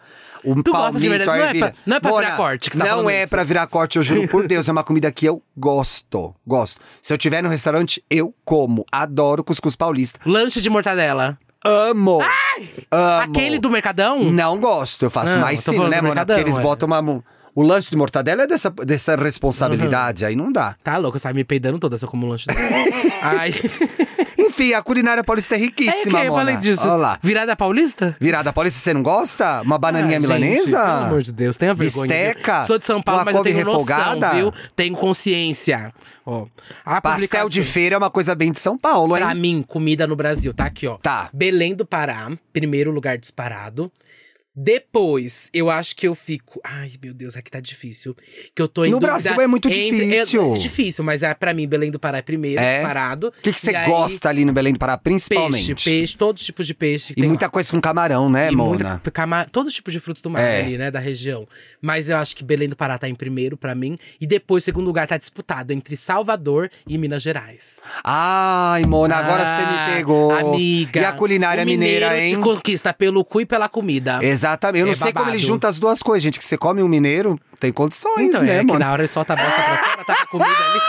O
Tu gosta de
palmito,
verdade,
a
não é
ervilha.
pra- não é pra
Mona,
virar corte que você tá
Não
falando
é
isso.
pra virar corte, eu juro por Deus. É uma comida que eu gosto, gosto. Se eu tiver no restaurante, eu como. Adoro cuscuz paulista.
Lanche de mortadela.
Amo! Amo.
Aquele do Mercadão?
Não gosto, eu faço
Não,
mais
tô
sino,
falando
né,
do
Mona? Porque
Mercadão,
eles
é.
botam uma... mu- O lanche de mortadela é dessa, dessa responsabilidade, aí não dá.
Tá louco, eu saio me peidando toda se eu como um lanche desse. Ai.
Enfim, a culinária paulista é
É que
riquíssima,
eu
Mona.
falei disso.
Olha lá.
Virada paulista?
Virada paulista, você não gosta? Uma bananinha
Ah, gente,
milanesa?
pelo amor de Deus, tenha vergonha. viu?
Bisteca?
Sou de São Paulo,
Uma
mas eu
couve
tenho
refogada?
noção, viu? Tenho consciência. Ó, a
Pastel
publicação-
de feira é uma coisa bem de São Paulo,
Pra
hein?
mim, comida no Brasil, tá aqui, ó.
Tá.
Belém do Pará, primeiro lugar disparado. Depois, eu acho que eu fico. Ai, meu Deus, aqui tá difícil. Que eu tô em
No
dúvida
Brasil é muito
entre-
difícil.
É, difícil, mas é, pra mim, Belém do Pará é primeiro
É?
disparado.
O que que
E
você
aí,
gosta ali no Belém do Pará,
Peixe,
principalmente?
peixe, todos os tipos de peixe. que
E
tem lá.
muita coisa com camarão, né,
E
Mona?
muita cama- todo tipo de fruto do mar
É.
ali, né, da região. Mas eu acho que Belém do Pará tá em primeiro pra mim. E depois, segundo lugar, tá disputado entre Salvador e Minas Gerais.
Ai, Mona, agora você
Ah,
me pegou.
Amiga.
E a culinária
o mineiro
mineira,
te
hein?
conquista pelo cu e pela comida.
Exatamente. Eu não
É
sei como
babado.
ele junta as duas coisas, gente. Que você come um mineiro, tem condições,
então,
né,
é que
Mona?
na hora ele solta a bosta pra fora, tá com a comida ali.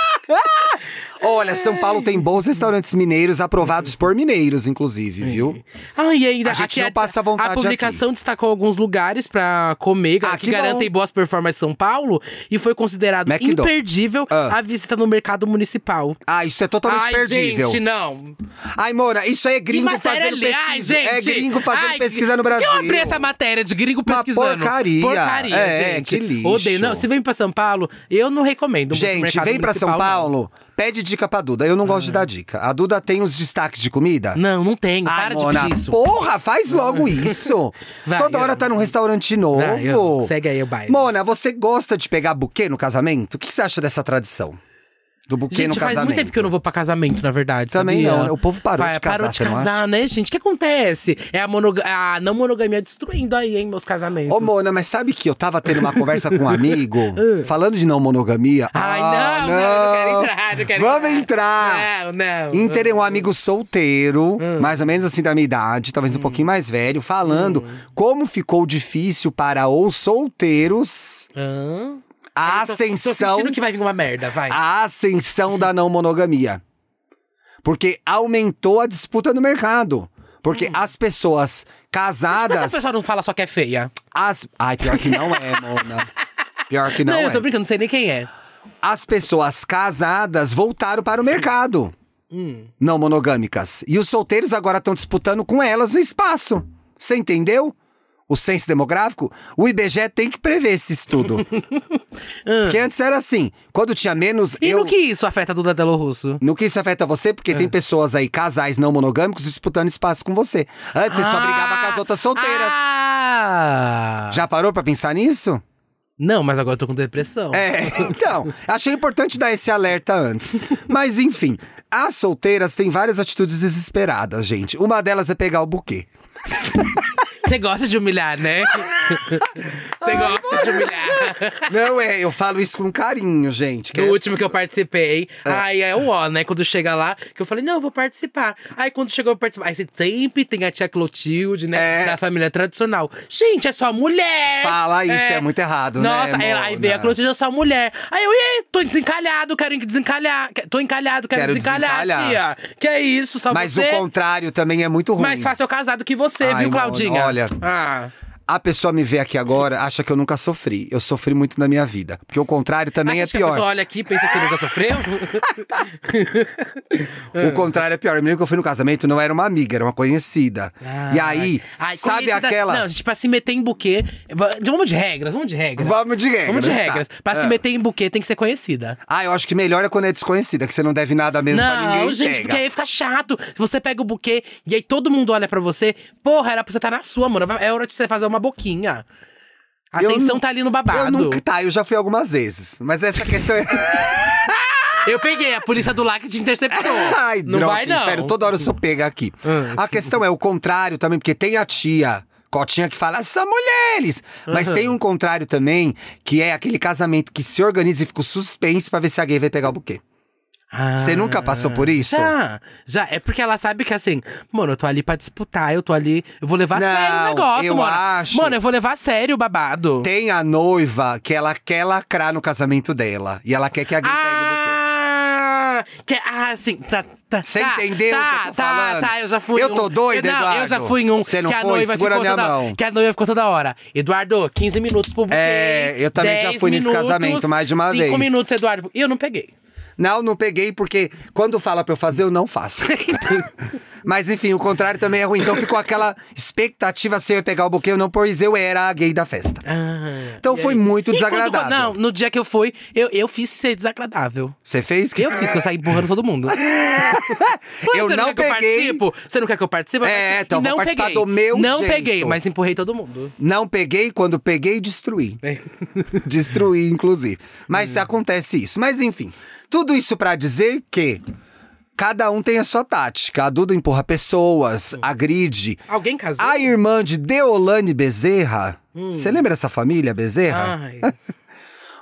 Olha, São Paulo
É.
tem bons restaurantes mineiros, aprovados por mineiros, inclusive, viu?
Ah, e ainda
A gente
aqui
não passa vontade
A publicação destacou alguns lugares pra comer,
Ah,
que,
que bom.
garantem boas performances em São Paulo, e foi considerado
McDo.
imperdível
Ah.
a visita no mercado municipal.
Ah, isso é totalmente
Ai,
perdível.
gente, não.
Ai, Mona, isso aí é
Que
gringo
matéria
fazendo
ali?
pesquisa.
Ai, gente.
É gringo fazendo
Ai,
pesquisa no Brasil.
Eu abri essa matéria de gringo
Uma
pesquisando.
porcaria.
Porcaria,
É,
gente.
que lixo.
Odeio. Não, se vem pra São Paulo, eu não recomendo. muito o
Gente,
mercado
vem pra São
municipal, não. Ah.
Paulo, pede dica pra Duda. Eu não gosto de dar dica. A Duda tem os destaques de comida?
Não, não tenho.
Ai,
Para
Mona,
de pedir isso. Ah.
Porra, faz logo isso.
Vai,
Toda hora
eu-
tá num restaurante novo.
Vai, eu- segue aí o baile.
Mona, você gosta de pegar buquê no casamento? O que que você acha dessa tradição? Do buquê
Gente,
no
faz
casamento?
muito tempo que eu não vou pra casamento, na verdade.
Também
sabia?
não, né? O povo parou
Vai,
de casar,
Parou de
você não acha?
casar, né, gente? O que acontece? É a, monoga- a não monogamia destruindo aí, hein, meus casamentos.
Ô, Mona, mas sabe que eu tava tendo uma conversa com um amigo, falando de não monogamia.
É. Ai,
Ah,
não, não, não, quero entrar, não quero
Vamos
entrar. Não,
entrar.
não. Hum.
Inter é um amigo solteiro, mais ou menos assim da minha idade, talvez um pouquinho mais velho, falando
Hum.
como ficou difícil para os solteiros
Hã?
a
Eu tô- Tô
ascensão,
sentindo que vai vir uma merda, vai.
a ascensão da não monogamia. Porque aumentou a disputa no mercado. Porque as pessoas
Hum. Mas se a
casadas.
pessoa não fala só que é feia.
As... Ai, pior que não é, Mona. Pior que não,
Não, eu
é.
tô brincando, não sei nem quem é.
As pessoas casadas voltaram para o mercado. Não monogâmicas. E os solteiros agora estão disputando com elas o espaço. Você entendeu? O censo demográfico, o IBGE tem que prever esse estudo. Porque antes era assim, quando tinha menos.
E
eu...
no que isso afeta a Duda Delo Russo?
No que isso afeta você, porque
É.
tem pessoas aí, casais não monogâmicos, disputando espaço com você. Antes você só brigava com as outras solteiras.
Ah!
Já parou pra pensar nisso?
Não, mas agora eu tô com depressão.
É, então, achei importante dar esse alerta antes. Mas enfim, as solteiras têm várias atitudes desesperadas, gente. Uma delas é pegar o buquê.
Você gosta de humilhar, né? Você gosta de humilhar.
Não é, eu falo isso com carinho, gente. que
No
é-
último que eu participei, aí é o ó, né? Quando chega lá, que eu falei, não, eu vou participar. Aí quando chegou eu participar, aí você sempre tem a tia Clotilde, né?
É.
Da família tradicional. Gente, é só mulher!
Fala isso, é muito errado, né,
Nossa, aí- aí
Mona?
veio a Clotilde, eu sou mulher. Aí eu, e aí, tô desencalhado, quero desencalhar. que- Tô encalhado, quero,
Quero
desencalhar,
desencalhar.
tia. Que é isso, só
Mas
você.
o contrário também é muito ruim.
Mais fácil eu casar do que você,
Ai,
viu,
Mona,
Claudinha?
olha.
Ah.
A pessoa me vê aqui agora, acha que eu nunca sofri. Eu sofri muito na minha vida. Porque o contrário também
Ah,
é
você acha Que a
pior.
pessoa olha aqui e pensa que você nunca sofreu? Ah.
O contrário é pior. Eu me lembro que eu fui no casamento, não era uma amiga, era uma conhecida. e aí,
Ah, Ai,
sabe
conhecida-
aquela.
Não, gente, pra se meter em buquê. de- Vamos de regras, vamos de regras.
Vamos de regras.
Vamos de
tá.
regras. Pra se
Ah.
meter em buquê tem que ser conhecida.
Ah, eu acho que melhor é quando é desconhecida, que você não deve nada mesmo pra
Não,
ninguém.
gente,
pega.
porque é aí fica chato. Se você pega o buquê e aí todo mundo olha pra você, porra, era pra você estar na sua, mano. É hora de você fazer uma boquinha. A
Eu
atenção
nu-
tá ali no
Eu
babado. Eu,
nunca. Tá, eu já fui algumas vezes. Mas essa questão é.
peguei, a polícia do LAC te interceptou.
Ai,
Então, não
droga,
vai, não. Ah.
inferno, toda hora eu sou pega aqui. A questão é o contrário também, porque tem a tia Cotinha que fala, são mulheres! Mas tem um contrário também, que é aquele casamento que se organiza e fica o suspense pra ver se a gay vai pegar o buquê.
Ah,
Você nunca passou por isso?
Já, já. É porque ela sabe que assim, mano, eu tô ali pra disputar, eu tô ali. Eu vou levar a sério o
Não,
negócio,
eu
mano.
acho-
Mano, eu vou levar a sério o babado.
Tem a noiva que ela quer lacrar no casamento dela. E ela quer que a gay pegue o buquê.
Ah, que, ah, sim, tá, tá.
Você
tá,
entendeu o
tá,
que eu tô
tá,
falando?
Tá, eu já fui
Eu
em um.
tô doido,
eu, não, eu
Eduardo?
já fui em um.
Você não
que a
foi?
noiva
Segura
ficou
a minha
toda,
mão.
Que a noiva ficou toda hora. Eduardo, 15 minutos pro buquê.
É, eu também já
10
fui nesse
minutos,
casamento mais de uma
cinco
vez.
minutos, Eduardo. E eu não peguei.
Não, não peguei, porque quando fala pra eu fazer, eu não faço. Mas enfim, o contrário também é ruim. Então ficou aquela expectativa se eu ia pegar o buquê ou não, pois eu era a gay da festa. então foi muito
E quando-
desagradável.
não, no dia que eu fui, eu, eu fiz ser desagradável.
Você fez que
Eu fiz, que eu saí empurrando todo mundo. Ué,
Eu
você
não
quer que
peguei.
eu participo? Você não quer que eu participe? Eu
É,
participo.
então
E
vou
não
participar
peguei.
do meu
Não
jeito.
peguei, mas empurrei todo mundo.
Não peguei, quando peguei, destruí. Destruí, inclusive.
Hum.
Mas acontece isso. Mas enfim, tudo isso pra dizer que cada um tem a sua tática. A Duda empurra
Hum.
pessoas, agride.
Alguém casou?
A irmã de Deolane Bezerra,
Hum.
você lembra dessa família Bezerra?
Ai.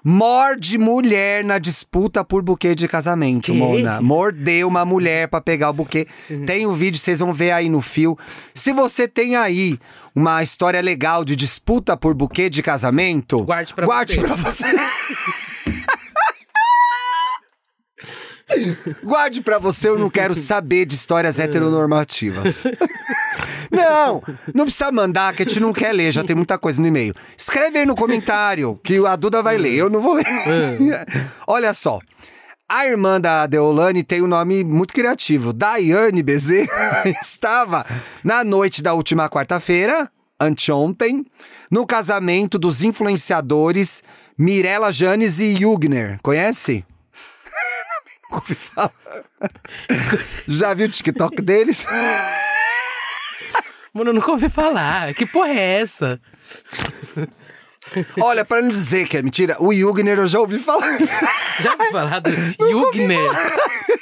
Morde mulher na disputa por buquê de casamento,
Quê? Hum.
Mona. Mordeu uma mulher pra pegar o buquê. Tem o vídeo, vocês vão ver aí no fio. Se você tem aí uma história legal de disputa por buquê de casamento,
Guarde pra
guarde
você.
Pra você. Guarde pra você, eu não quero saber de histórias
É.
heteronormativas. Não, não precisa mandar, que a gente não quer ler, já tem muita coisa no e-mail. Escreve aí no comentário, que a Duda vai ler, eu não vou ler. Olha só. A irmã da Deolane tem um nome muito criativo. Daiane Bezerra estava na noite da última quarta-feira, anteontem, no casamento dos influenciadores Mirella Janes e Jugner. Conhece? Nunca ouvi falar. Já viu o TikTok deles?
Mano, eu nunca ouvi falar. Que porra é essa?
Olha, pra não dizer que é mentira, o Jugner eu já ouvi falar.
Já ouvi falar do Yugner?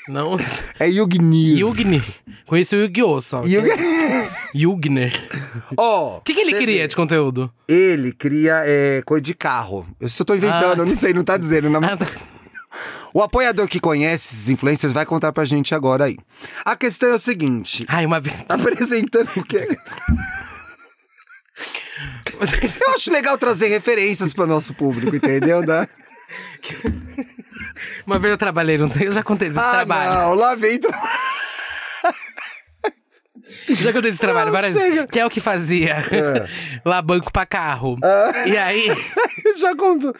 Nossa.
É Jugnir.
Yugner. Conheci o Yu-Gi-Oh! só.
Jugner.
Yugner.
Ó.
O que, que ele
cê
queria
vê.
de conteúdo?
Ele cria é, coisa de carro. Eu só tô inventando,
Ah.
eu não sei, não tá dizendo. Não...
Ah, tá.
O apoiador que conhece esses influencers vai contar pra gente agora aí. A questão é o seguinte: tá
Ai, uma vez.
apresentando o quê? Eu acho legal trazer referências pro nosso público, entendeu? Né?
Uma vez eu trabalhei, não sei, eu já contei desse
Ah,
trabalho.
não, lá vem. tra-
Já contei desse trabalho várias vezes.
chega. É.
Que é o que fazia. Lá banco pra carro.
Ah.
E aí,
Já conto.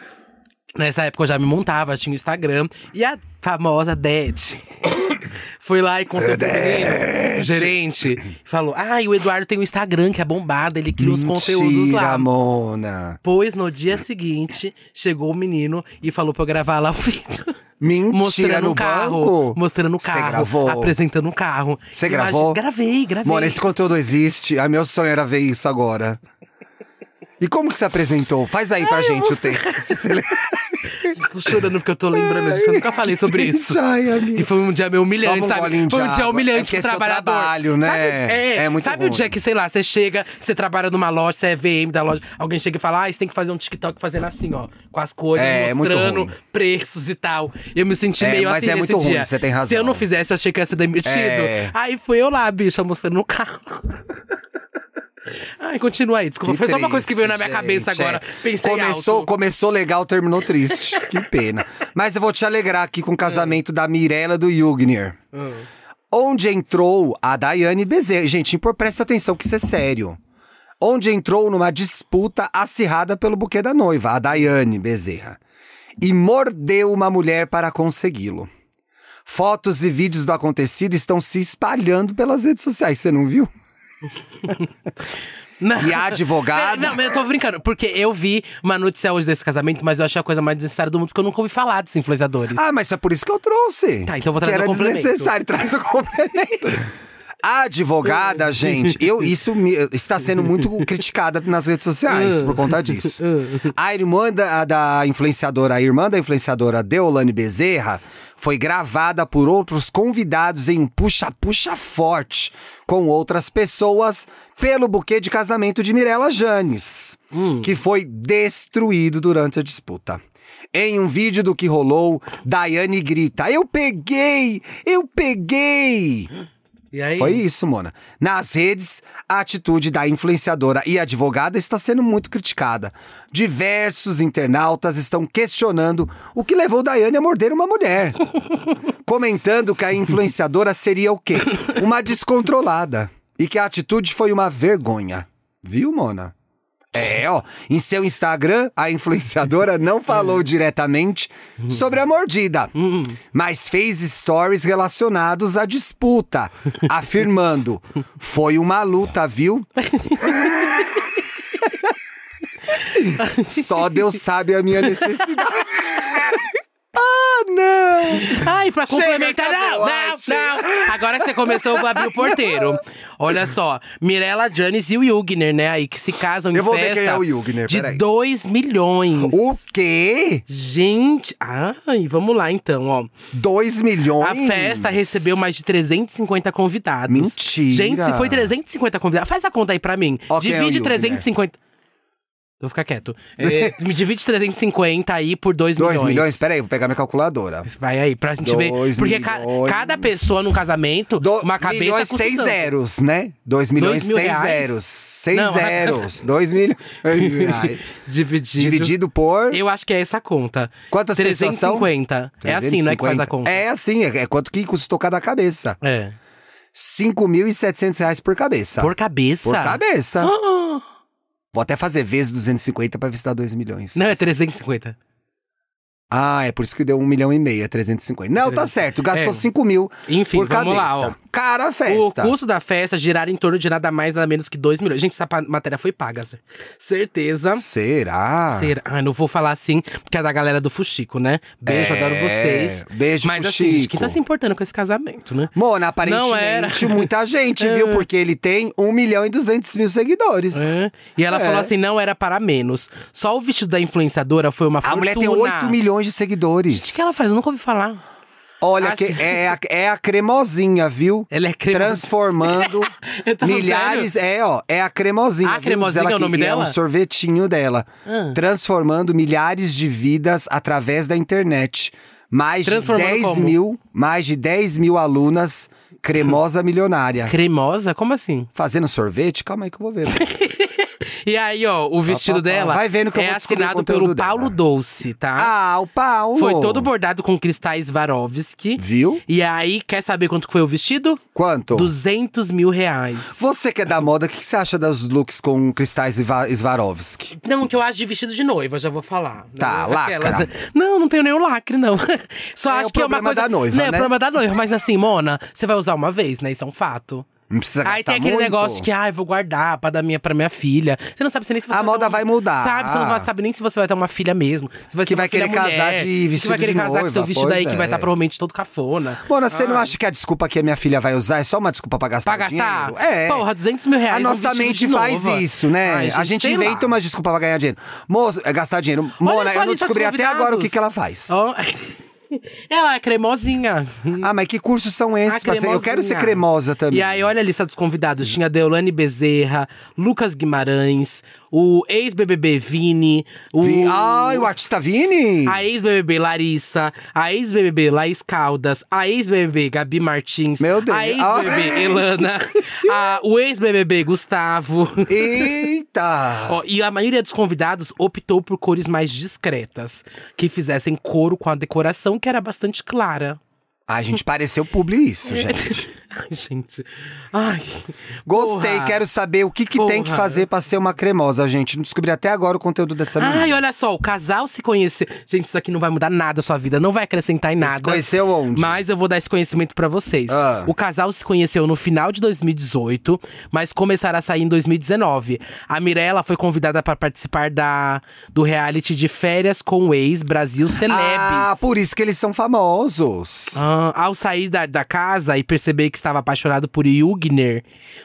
nessa época eu já me montava, tinha o Instagram. E a famosa Det foi lá e contou pro menino, gerente. Falou, ai, o Eduardo tem um Instagram que é bombado, ele cria uns conteúdos lá.
Mentira, Mona.
Pois no dia seguinte, chegou o menino e falou pra eu gravar lá o vídeo.
Mentira,
mostrando
no
o carro.
banco?
Mostrando o
Você
carro.
gravou?
Apresentando o carro.
Você
Imagina-
gravou?
Gravei, gravei.
Mona, esse conteúdo existe. Ai, meu sonho era ver isso agora. E como que se apresentou? Faz aí pra gente o texto. se você lembra.
Eu tô chorando porque eu tô lembrando disso. Eu nunca falei sobre isso.
Ai, amiga.
E foi um dia meio humilhante,
Toma um
sabe?
golinho de
Foi um dia
água.
humilhante
É que
pro
esse é o
trabalhador.
trabalho, né?
Sabe, é,
É muito
sabe o
ruim.
dia que, sei lá, você chega, você trabalha numa loja, você é VM da loja, alguém chega e fala, ah, você tem que fazer um TikTok fazendo assim, ó, com as coisas,
É, é muito
mostrando
ruim.
preços e tal. Eu me senti
É,
meio
mas
assim
é
nesse
muito ruim,
dia.
você tem
Se eu
razão.
não fizesse, eu achei que ia ser demitido.
É.
Aí fui eu lá, bicha, mostrando no carro. Ai, continua aí, desculpa.
Que
Foi só uma coisa que veio na minha
triste,
cabeça
gente,
agora.
é.
Pensei
começou,
alto.
Começou legal, terminou triste. que pena. Mas eu vou te alegrar aqui com o casamento da Mirella do Jugner.
Ah.
Onde entrou a Daiane Bezerra. Gente, impor- presta atenção que isso é sério. Onde entrou numa disputa acirrada pelo buquê da noiva, a Daiane Bezerra. E mordeu uma mulher para consegui-lo. Fotos e vídeos do acontecido estão se espalhando pelas redes sociais. Você não viu?
Não.
E a advogada?
É, não, mas eu tô brincando, porque eu vi uma notícia hoje desse casamento, mas eu achei a coisa mais desnecessária do mundo, porque eu nunca ouvi falar desses influenciadores.
Ah, mas é por isso que eu trouxe.
Tá, então eu vou trazer
que
o
era
complemento.
desnecessário, traz o complemento. A advogada, gente, eu, isso me- está sendo muito criticada nas redes sociais por conta disso. A irmã da, a da influenciadora, a irmã da influenciadora Deolane Bezerra foi gravada por outros convidados em um puxa-puxa forte com outras pessoas pelo buquê de casamento de Mirella Janes, que foi destruído durante a disputa. Em um vídeo do que rolou, Daiane grita: Eu peguei! Eu peguei!
E aí?
Foi isso, Mona. Nas redes, a atitude da influenciadora e advogada está sendo muito criticada. Diversos internautas estão questionando o que levou Daiane a morder uma mulher. comentando que a influenciadora seria o quê? Uma descontrolada. E que a atitude foi uma vergonha. Viu, Mona? É, ó. Em seu Instagram, a influenciadora não
Hum.
falou diretamente sobre a mordida, mas fez stories relacionados à disputa, afirmando: foi uma luta, viu? Só Deus sabe a minha necessidade. ah, não!
Ai, pra
Chega,
complementar.
acabou,
não,
ai,
não, não. Agora que você começou a abrir o porteiro. Olha só, Mirella Janis e o Yugner, né? Aí que se casam
Eu
em
vou ver
festa.
quem é o Yugner,
De
peraí.
2 milhões.
O quê?
Gente, ai, vamos lá então, ó.
2
A
milhões?
festa recebeu mais de 350 convidados.
Mentira.
Gente, se foi 350 convidados, faz a conta aí pra mim.
Ó, quem é o
divide
Yuri,
350. Vou ficar quieto. É, me divide 350 aí por 2 milhões.
2 milhões? Peraí, vou pegar minha calculadora.
Vai aí, pra gente ver.
Dois
Porque ca-
milhões.
cada pessoa num casamento,
Do,
uma cabeça
milhões
custa
seis
tanto.
zeros, né? 2 milhões
mil
seis
reais?
zeros. Seis
Não,
zeros. 2 milhões reais.
Dividido.
Dividido por.
Eu acho que é essa a conta.
Quantas pessoas são?
350. É assim, né, que faz a conta.
É assim, é é quanto que custou cada cabeça.
É.
5.700 reais por cabeça.
Por cabeça?
Tá. Por cabeça.
Ah, ah.
Vou até fazer vezes 250 pra ver se dá 2 milhões.
Não, é 350.
Ah, é por isso que deu 1 milhão e meio, é 350. Não, tá certo, gastou
É.
5 mil
Enfim,
por
vamos
cabeça.
lá, ó.
Cara, a
O
festa.
custo da festa girar em torno de nada mais, nada menos que 2 milhões. Gente, essa pa- matéria foi paga. cer- Certeza.
Será?
Será? Ah, não vou falar assim, porque é da galera do Fuxico, né? Beijo,
É,
adoro vocês.
beijo,
Mas assim,
Fuxico.
gente, quem tá se importando com esse casamento, né?
Mona,
Não era.
aparentemente muita gente, viu? Porque ele tem 1 milhão e 200 mil seguidores.
É. E ela
É.
falou assim: não era para menos. Só o vestido da influenciadora foi uma
A mulher tem 8
fortuna.
milhões de seguidores.
O que que ela faz? Eu nunca ouvi falar.
Olha,
Assim.
que é, a, é a cremosinha, viu?
Ela é cremosa.
Transformando
Eu tava
milhares. É, ó, é a cremosinha.
Ah,
viu? Diz
cremosinha
ela
é o
que
nome dela?
É um sorvetinho dela.
Ah.
Transformando milhares de vidas através da internet. Mais de
Transformando
10
como?
mil, mais de 10 mil alunas cremosa milionária.
Cremosa? Como assim?
Fazendo sorvete? Calma aí que eu vou ver.
E aí, ó, o vestido
pá, pá.
dela
Tá, Vai vendo que eu
é
vou descobrir o
assinado
conteúdo
pelo
dela.
Paulo Dolce, tá?
ah, o Paulo!
Foi todo bordado com cristais Varovski.
Viu?
E aí, quer saber quanto que foi o vestido?
Quanto?
200 mil reais.
Você que é da moda, o que, que você acha dos looks com cristais Iva- Swarovski?
Não, o que eu acho de vestido de noiva, já vou falar.
Tá,
Não,
lacra.
né? Não, não tenho nenhum lacre, não. Só
É
acho
o
que é uma
problema
coisa.
da noiva,
não, é
né?
o problema da noiva. Mas assim, Mona, você vai usar uma vez, né? Isso é um fato.
Não precisa gastar
Aí tem aquele
muito.
negócio que, ah, eu vou guardar pra dar minha, pra minha filha. Você não sabe se nem se você
A
vai ter
moda
uma-
vai mudar. Ah.
Sabe, você não vai- sabe nem se você vai ter uma filha mesmo. Se vai
Que
ser uma
vai
filha
querer casar
mulher,
de
Que
vestido
vai querer
de
casar com seu
noiva,
vestido aí,
pois
que vai
é.
estar provavelmente todo cafona.
Mona, você não
Ah.
acha que a desculpa que a minha filha vai usar é só uma desculpa pra gastar
Pra gastar?
dinheiro? É.
Porra, 200 mil reais
A
num
nossa
vestido
mente
de
faz
noiva.
isso, né?
Ai,
a
gente,
gente
sei
inventa
lá.
umas desculpas pra ganhar dinheiro. Moço, é gastar dinheiro. Mona,
só
eu
a
não
lista dos
descobri até agora o que,
convidados.
que ela faz.
Ó, Ela é cremosinha.
Ah, mas que cursos são esses?
A
parceiro? Eu quero ser
Ah, cremosinha.
cremosa também.
E aí, olha a lista dos convidados. Tinha Deolane Bezerra, Lucas Guimarães, o ex-BBB Vini, o...
Vi... Ai, o artista Vini?
a ex-BBB Larissa, a ex-BBB Laís Caldas, a ex-BBB Gabi Martins,
Meu Deus.
a ex-BBB
Ai.
Elana, a- o ex-BBB Gustavo.
Eita!
Ó, e a maioria dos convidados optou por cores mais discretas, que fizessem coro com a decoração, que era bastante clara.
Ai, gente, pareceu publi
É,
isso, gente.
Ai, gente. Ai.
Gostei,
porra.
quero saber o que, que tem que
Porra.
fazer pra ser uma cremosa, gente. Não descobri até agora o conteúdo dessa menina.
Ai, olha só, o casal se conhecer. Gente, isso aqui não vai mudar nada a sua vida, não vai acrescentar em
Eles
nada.
se conheceu onde?
Mas eu vou dar esse conhecimento pra vocês.
Ah.
O casal se conheceu no final de 2018, mas começaram a sair em 2019. A Mirella foi convidada pra participar da, do reality de férias com o ex Brasil Celebs.
Ah, por isso que eles são famosos.
Ah, ao sair da, da casa e perceber que estava apaixonado por Jugner,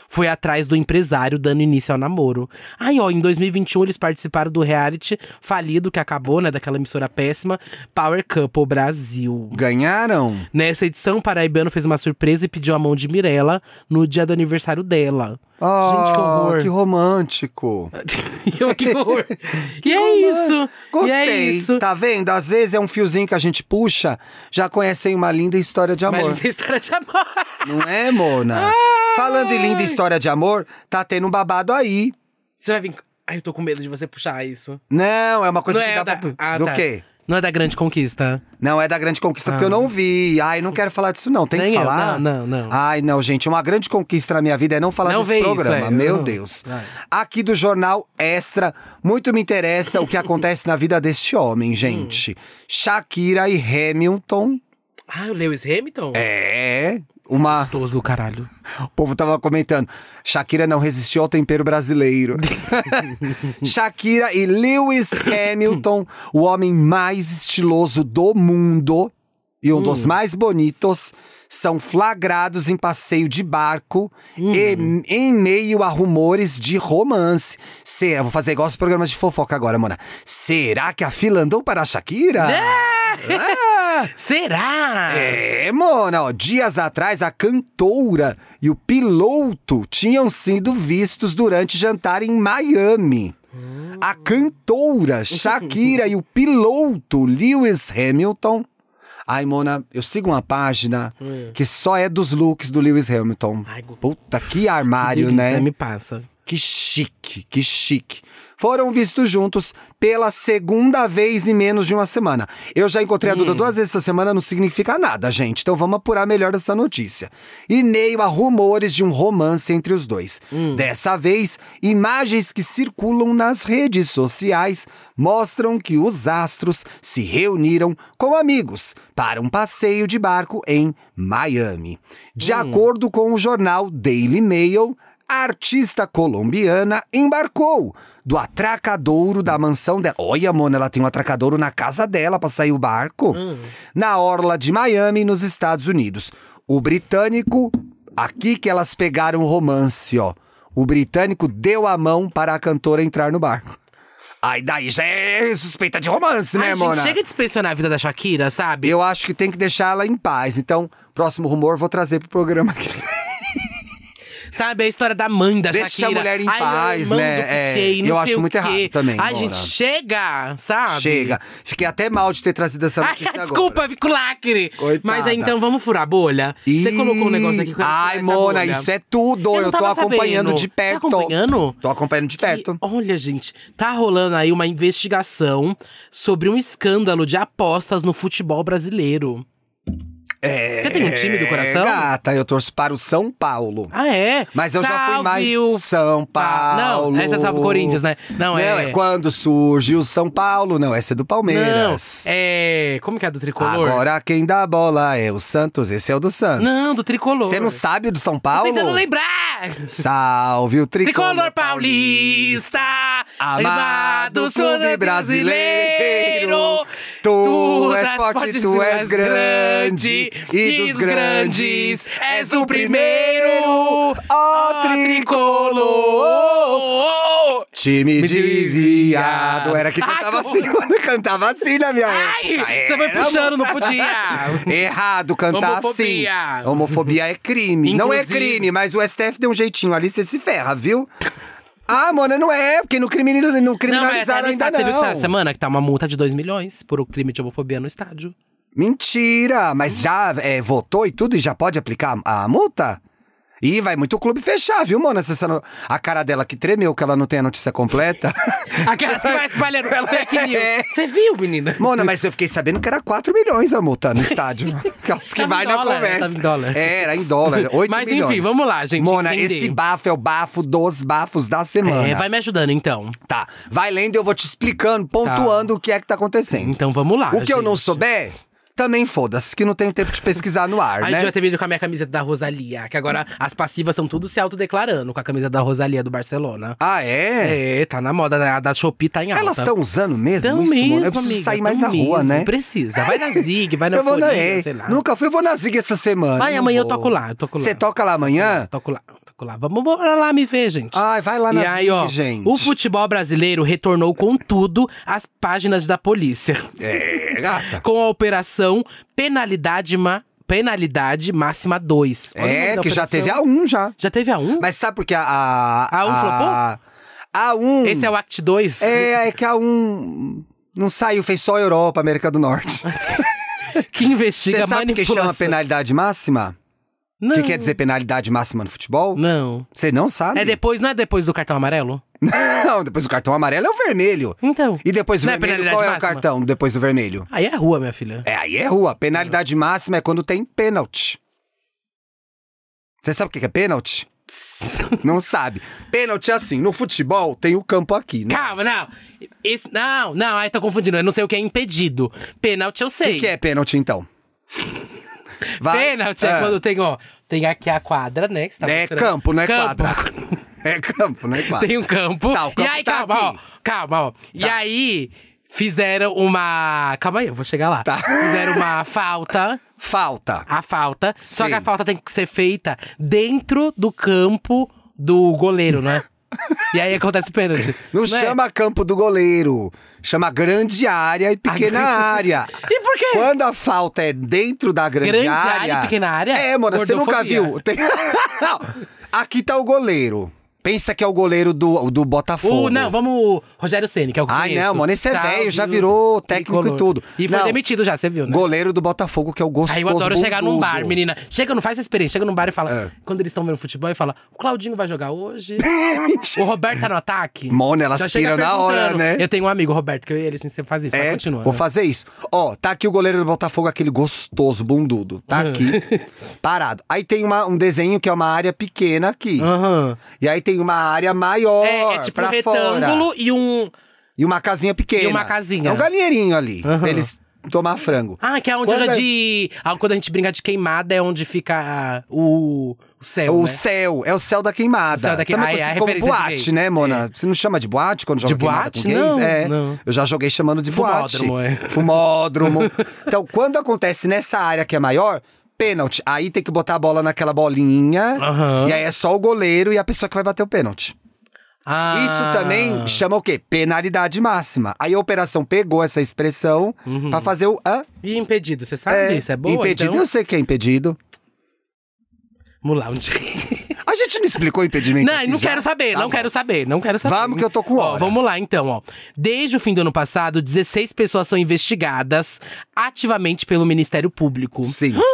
foi atrás do empresário dando início ao namoro. Aí, ó, em 2021 eles participaram do reality falido que acabou, né, daquela emissora péssima, Power Couple Brasil.
Ganharam?
Nessa edição, o Paraibano fez uma surpresa e pediu a mão de Mirella no dia do aniversário dela. Gente, que
Ah,
horror. é
que romântico.
Eu, que horror. e é isso. E
Gostei.
é isso.
Tá vendo? Às vezes é um fiozinho que a gente puxa, já conhecem uma linda história de
Mas
amor.
linda história de amor.
Não é, Mona? Falando em linda história de amor, tá tendo um babado aí.
Você vai vir. Ai, eu tô com medo de você puxar isso.
Não, é uma coisa
não
que
é
dá
da...
pra...
Ah,
Do
tá.
quê?
Não é da grande conquista.
Não, é da grande conquista, porque eu não vi. Ai, não quero falar disso não. Tem
Ah. Nem
que
eu,
falar? Ah,
não, não, não.
Ai, não, gente. Uma grande conquista na minha vida é não falar
Não vê
desse
isso,
programa.
é, eu
Meu
não-
Deus.
Vai.
Aqui do Jornal Extra, muito me interessa o que acontece na vida deste
Hum.
homem, gente. Shakira e Hamilton.
Ah, o Lewis Hamilton?
É... Uma,
Gostoso do caralho.
o povo tava comentando, Shakira não resistiu ao tempero brasileiro. Shakira e Lewis Hamilton, o homem mais estiloso do mundo e um dos mais bonitos, são flagrados em passeio de barco e- em meio a rumores de romance. Será, vou fazer igual os programas de fofoca agora, Mona. Será que a fila andou para a Shakira? Ah!
Será?
É, Mona, ó, dias atrás a cantora e o piloto tinham sido vistos durante jantar em Miami. A cantora Shakira e o piloto Lewis Hamilton. Ai, Mona, eu sigo uma página que só é dos looks do Lewis Hamilton.
Ai, go-
Puta, que armário,
Delícia,
né?
Me passa.
Que chique, que chique. Foram vistos juntos pela segunda vez em menos de uma semana. Eu já encontrei a Duda duas vezes essa semana, não significa nada, gente. Então vamos apurar melhor essa notícia. E meio a rumores de um romance entre os dois. Dessa vez, imagens que circulam nas redes sociais mostram que os astros se reuniram com amigos para um passeio de barco em Miami. De acordo com o jornal Daily Mail, a artista colombiana embarcou do atracadouro da mansão dela. Olha, Mona, ela tem um atracadouro na casa dela pra sair o barco.
Hum.
Na orla de Miami, nos Estados Unidos. O britânico, aqui que elas pegaram o romance, ó. O britânico deu a mão para a cantora entrar no barco. Aí daí já é suspeita de romance, né,
Ai,
Mona?
gente, chega de inspecionar a vida da Shakira, sabe?
Eu acho que tem que deixar ela em paz. Então, próximo rumor vou trazer pro programa tá. aqui.
Sabe a história da mãe da
Deixa
Shakira?
a mulher em
Ai,
paz,
irmão
né?
do Piquet,
É,
não
eu
sei
acho
o
muito
quê.
errado também,
Ai,
Mona.
gente, chega, sabe?
Chega. Fiquei até mal de ter trazido essa
Ah, Ai,
notícia é agora.
desculpa, fico lacre.
Coitada.
Mas aí, então, vamos furar a bolha? Você
Ih,
colocou um negócio aqui. que eu quero
Ai,
furar essa
Mona,
bolha.
isso é tudo.
né? Eu
Eu,
não
tô
tava
acompanhando
sabendo.
de
Tá
perto.
acompanhando?
Tô acompanhando de perto.
Que, olha, gente, tá rolando aí uma investigação sobre um escândalo de apostas no futebol brasileiro.
É,
Você tem um time do coração?
Gata, eu torço para o São Paulo.
Ah, é?
Mas eu já fui
Salve
mais
o-
São
Pa-
Paulo.
Não, essa é salve o Corinthians, né? Não,
Não,
é-
é quando surge o São Paulo. Não, essa é do
Não,
Palmeiras.
é. Como que é do tricolor?
Agora quem dá a bola é o Santos. Esse é o do Santos.
Não, do tricolor.
Você não sabe o do São Paulo?
Tentando lembrar!
Salve o tricolor,
Tricolor paulista,
Amado clube brasileiro, tu és forte, tu és grande, e dos grandes és o primeiro, ó tricolor.
tricolor.
Time
Me
de viado. Era que
Ai,
cantava
que
assim, mano. Cantava assim na minha
Ai,
época.
você foi
Era,
puxando, não
mano.
podia.
Errado cantar
Homofobia.
assim. Homofobia é crime. Não é
Inclusive-
crime, mas o STF deu um jeitinho ali, você se ferra, viu? Ah, mano, não é, porque não, criminaliz- não
Não, mas é,
criminalizaram
até no
ainda
estádio, Você viu que essa
não.
semana que tá uma multa de 2 milhões por o crime de homofobia no estádio.
Mentira, mas já é, votou e tudo e já pode aplicar a multa? Ih, vai muito clube fechar, viu, mano? Acessando a cara dela que tremeu, que ela não tem a notícia completa.
Aquelas que vai espalhando fake news.
É.
Você viu, menina?
Mona, mas eu fiquei sabendo que era 4 milhões a multa no estádio. né? Aquelas que
Tava
vai
em
na
dólar, né?
conversa.
tava em dólar.
É, era em dólar, 8
Mas, enfim,
milhões.
vamos lá, gente,
Mona,
entender.
esse bafo é o bafo dos bafos da semana.
É, vai me ajudando então.
Tá, vai lendo e eu vou te explicando, pontuando o que é que tá acontecendo.
Então vamos lá.
o que eu não
gente.
souber, também foda-se, que não tenho tempo de pesquisar no ar,
Aí
né?
já ter vindo com a minha camiseta da Rosalia, que agora as passivas são tudo se autodeclarando com a camisa da Rosalia do Barcelona.
Ah, é?
É, tá na moda, a da Shopee tá em alta.
Elas estão usando mesmo
Tão
isso,
mesmo,
Mona? Eu preciso
amiga,
sair mais
tão
na rua,
mesmo,
né?
Precisa. Vai na Zig, vai na
eu vou na
Folhinha,
é,
sei lá.
Nunca fui, eu vou na Zig essa semana.
Vai,
não
amanhã eu
vou.
toco lá, eu toco lá.
Você toca lá amanhã?
Toco lá, toco lá. Vamos bora lá me ver, gente.
Ai, vai lá na
e aí,
Zig,
ó,
assim gente.
o futebol brasileiro retornou com tudo às páginas da polícia.
É, gata.
Com a operação Penalidade, ma... penalidade Máxima 2. Olha o nome
É,
da
que já
operação.
teve a 1 já.
Já teve a 1?
Mas sabe por que a. A,
A um
A 1.
Esse é o Act 2?
hum. É, é que a 1 não saiu, fez só a Europa, América do Norte.
Que investiga
Você sabe o que
manipulação.
chama penalidade máxima? O
Não.
que quer dizer penalidade máxima no futebol?
Não.
Você não sabe?
É depois, não é depois do cartão amarelo?
Não, depois o cartão amarelo é o vermelho.
Então.
E depois do
Não é
vermelho,
penalidade
qual é o
máxima?
cartão depois do vermelho?
Aí é rua, minha filha.
É, aí é rua. Penalidade máxima é quando tem pênalti. Você sabe o que que é pênalti? Não sabe. Pênalti é assim, no futebol tem o campo aqui, né?
Calma, não. Esse, não, não, aí tô confundindo. Eu não sei o que é impedido. Pênalti eu
O
sei.
que, que é pênalti, então? Vai.
Pênalti é
Ah,
quando tem, ó. Tem aqui a quadra, né? Que você tá
É
mostrando.
campo, não é
Campo.
quadra. É campo, não é quadra.
Tem um campo.
Tá, o campo
e aí,
tá
calma,
aqui. Tá.
ó. Calma, ó. E aí, fizeram uma. Calma aí, eu vou chegar lá.
Tá.
Fizeram uma falta.
Falta.
a falta. Só
Sim.
que a falta tem que ser feita dentro do campo do goleiro, né? e aí acontece o pênalti.
Não,
é?
chama campo do goleiro. Chama grande área e pequena
grande-
área.
E por quê?
Quando a falta é dentro da grande,
Grande área e pequena área?
É, mano, você nunca
Gordofobia.
viu. Tem- Não, Aqui tá o goleiro. Pensa que é o goleiro do, do Botafogo.
O, Uh, não, vamos. Rogério Ceni, que é o que eu
Ai,
conheço.
não, mano, esse é
Salve
velho, já
o
virou técnico
tricolor.
e tudo.
E foi
Não,
demitido já, você viu, né?
Goleiro do Botafogo, que é o gostoso
Aí eu adoro chegar num
bundudo.
bar, menina. Chega, não faz essa experiência. Chega num bar e fala.
É.
Quando eles estão vendo futebol, e fala: o Claudinho vai jogar hoje.
Mentira.
o Roberto tá no ataque.
Mona, elas
Já chega
piram na hora,
perguntando.
né?
Eu tenho um amigo, Roberto, que eu e ele assim, você faz isso. mas
É,
continua. né?
vou fazer isso. Ó, tá aqui o goleiro do Botafogo, aquele gostoso, bundudo. Tá aqui, parado. Aí tem uma- um desenho que é uma área pequena aqui.
Aham.
E aí tem uma área maior
É, é tipo um
pra
retângulo
fora.
e um.
E uma casinha pequena.
E uma casinha.
É um galinheirinho ali,
Aham.
pra eles tomar frango.
Ah, que é onde
Quando
hoje é
é-
de. Ah, quando a gente brinca de queimada, é onde fica ah, o, o
É
céu.
o
né?
céu, é o céu da queimada.
O céu da queimada.
Também
Ah, é a
conhecido como
referência de
boate,
gay.
né, Mona? Você não chama de boate quando joga
De
queimada
boate?
com gays?
Não,
é.
não.
Eu já joguei chamando de boate.
Fumódromo, é.
Fumódromo. então, quando acontece nessa área que é maior, pênalti. Aí tem que botar a bola naquela bolinha.
Aham.
E aí é só o goleiro e a pessoa que vai bater o pênalti.
Ah.
Isso também chama o quê? Penalidade máxima. Aí a operação pegou essa expressão
Uhum.
pra fazer o. hã?
E impedido, você sabe disso? É boa,
impedido,
então?
eu sei que é impedido.
Vamos lá, um dia.
A gente não explicou impedimento.
Não,
aqui
eu não
já?
quero saber,
Tá
não
bom.
quero saber, não quero saber.
Vamos que eu tô com
Ó,
hora.
Vamos lá, então, ó. Desde o fim do ano passado, 16 pessoas são investigadas ativamente pelo Ministério Público.
Sim.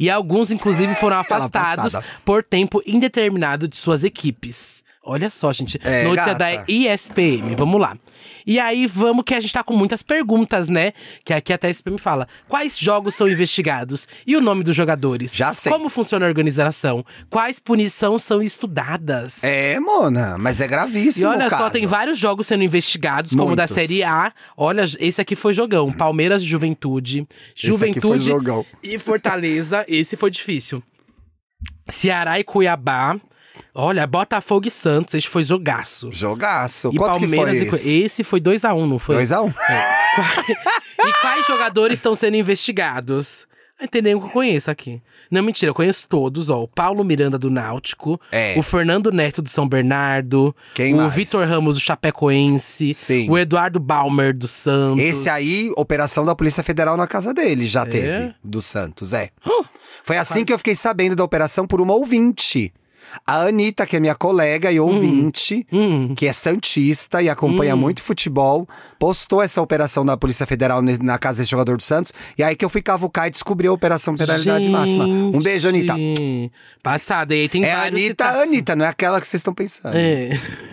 E alguns, inclusive, foram afastados
passada.
por tempo indeterminado de suas equipes. Olha só, gente.
É,
Notícia
gata.
da ESPM. Vamos lá. E aí, vamos que a gente tá com muitas perguntas, né? Que aqui até a ESPM fala. Quais jogos são investigados? E o nome dos jogadores?
Já sei.
Como funciona a organização? Quais punições são estudadas?
É, Mona, mas é
E
gravíssimo.
olha
o
só,
caso.
tem vários jogos sendo investigados, como o da
Muitos.
Série A. Olha, esse aqui foi jogão. Palmeiras e Juventude.
Esse aqui foi
Juventude
jogão.
e Fortaleza. Esse foi difícil. Ceará e Cuiabá. Olha, Botafogo e Santos. Esse foi jogaço.
Jogaço.
E
Quanto
Palmeiras
que
e Cui-
foi esse?
Esse foi 2x1, não foi? é,
2x1.
E quais jogadores estão sendo investigados? Não tem nenhum que eu conheço aqui. Não, mentira, eu conheço todos, ó. O Paulo Miranda do Náutico,
É.
o Fernando Neto do São Bernardo,
Quem
o
mais?
Vitor Ramos do Chapecoense,
Sim.
o Eduardo Balmer do Santos.
Esse aí, operação da Polícia Federal na casa dele,
É?
já teve. Do Santos, é. Foi assim que eu fiquei sabendo da operação por uma ouvinte. A Anitta, que é minha colega e ouvinte,
Hum.
que é santista e acompanha muito futebol, postou essa operação da Polícia Federal ne- na casa desse jogador do Santos. E aí que eu fui cavucar e descobri a operação penalidade máxima. Um beijo, Anitta.
Gente. Passada, e aí tem
É a
vários
Anitta,
citados.
a Anitta, não é aquela que vocês estão pensando.
É.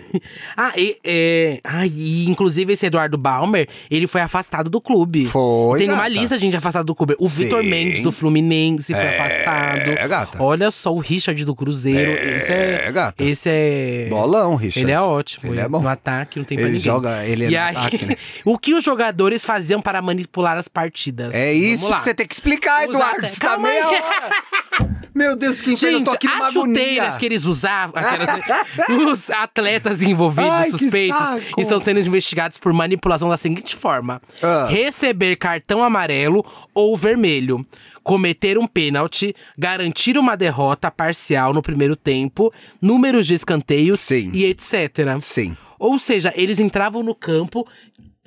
ah, e, é... Ai, e, inclusive esse Eduardo Balmer, ele foi afastado do clube.
Foi,
Tem uma
gata.
lista de gente afastada do clube. O
Sim.
Vitor Mendes do Fluminense foi afastado.
É, gata.
Olha só o Richard do Cruzeiro. esse é.
É, gata.
Esse é.
Bolão, Richard.
Ele é ótimo.
Ele é bom.
No ataque não tem pra
Ele
ninguém.
joga- ele é
e
no
aí,
ataque, né?
O que os jogadores faziam para manipular as partidas?
É isso que você tem que explicar,
Os
Eduardo.
ate-
Você tá
Calma aí.
meia hora. Meu Deus, que inferno.
Gente,
Tipo, eu tô aqui numa
as chuteiras
agonia.
que eles usavam, aquelas- os atletas envolvidos,
Ai, que
suspeitos,
saco.
estão sendo investigados por manipulação da seguinte forma:
Ah.
receber cartão amarelo ou vermelho, cometer um pênalti, garantir uma derrota parcial no primeiro tempo, números de escanteios
Sim.
e etc.
Sim.
Ou seja, eles entravam no campo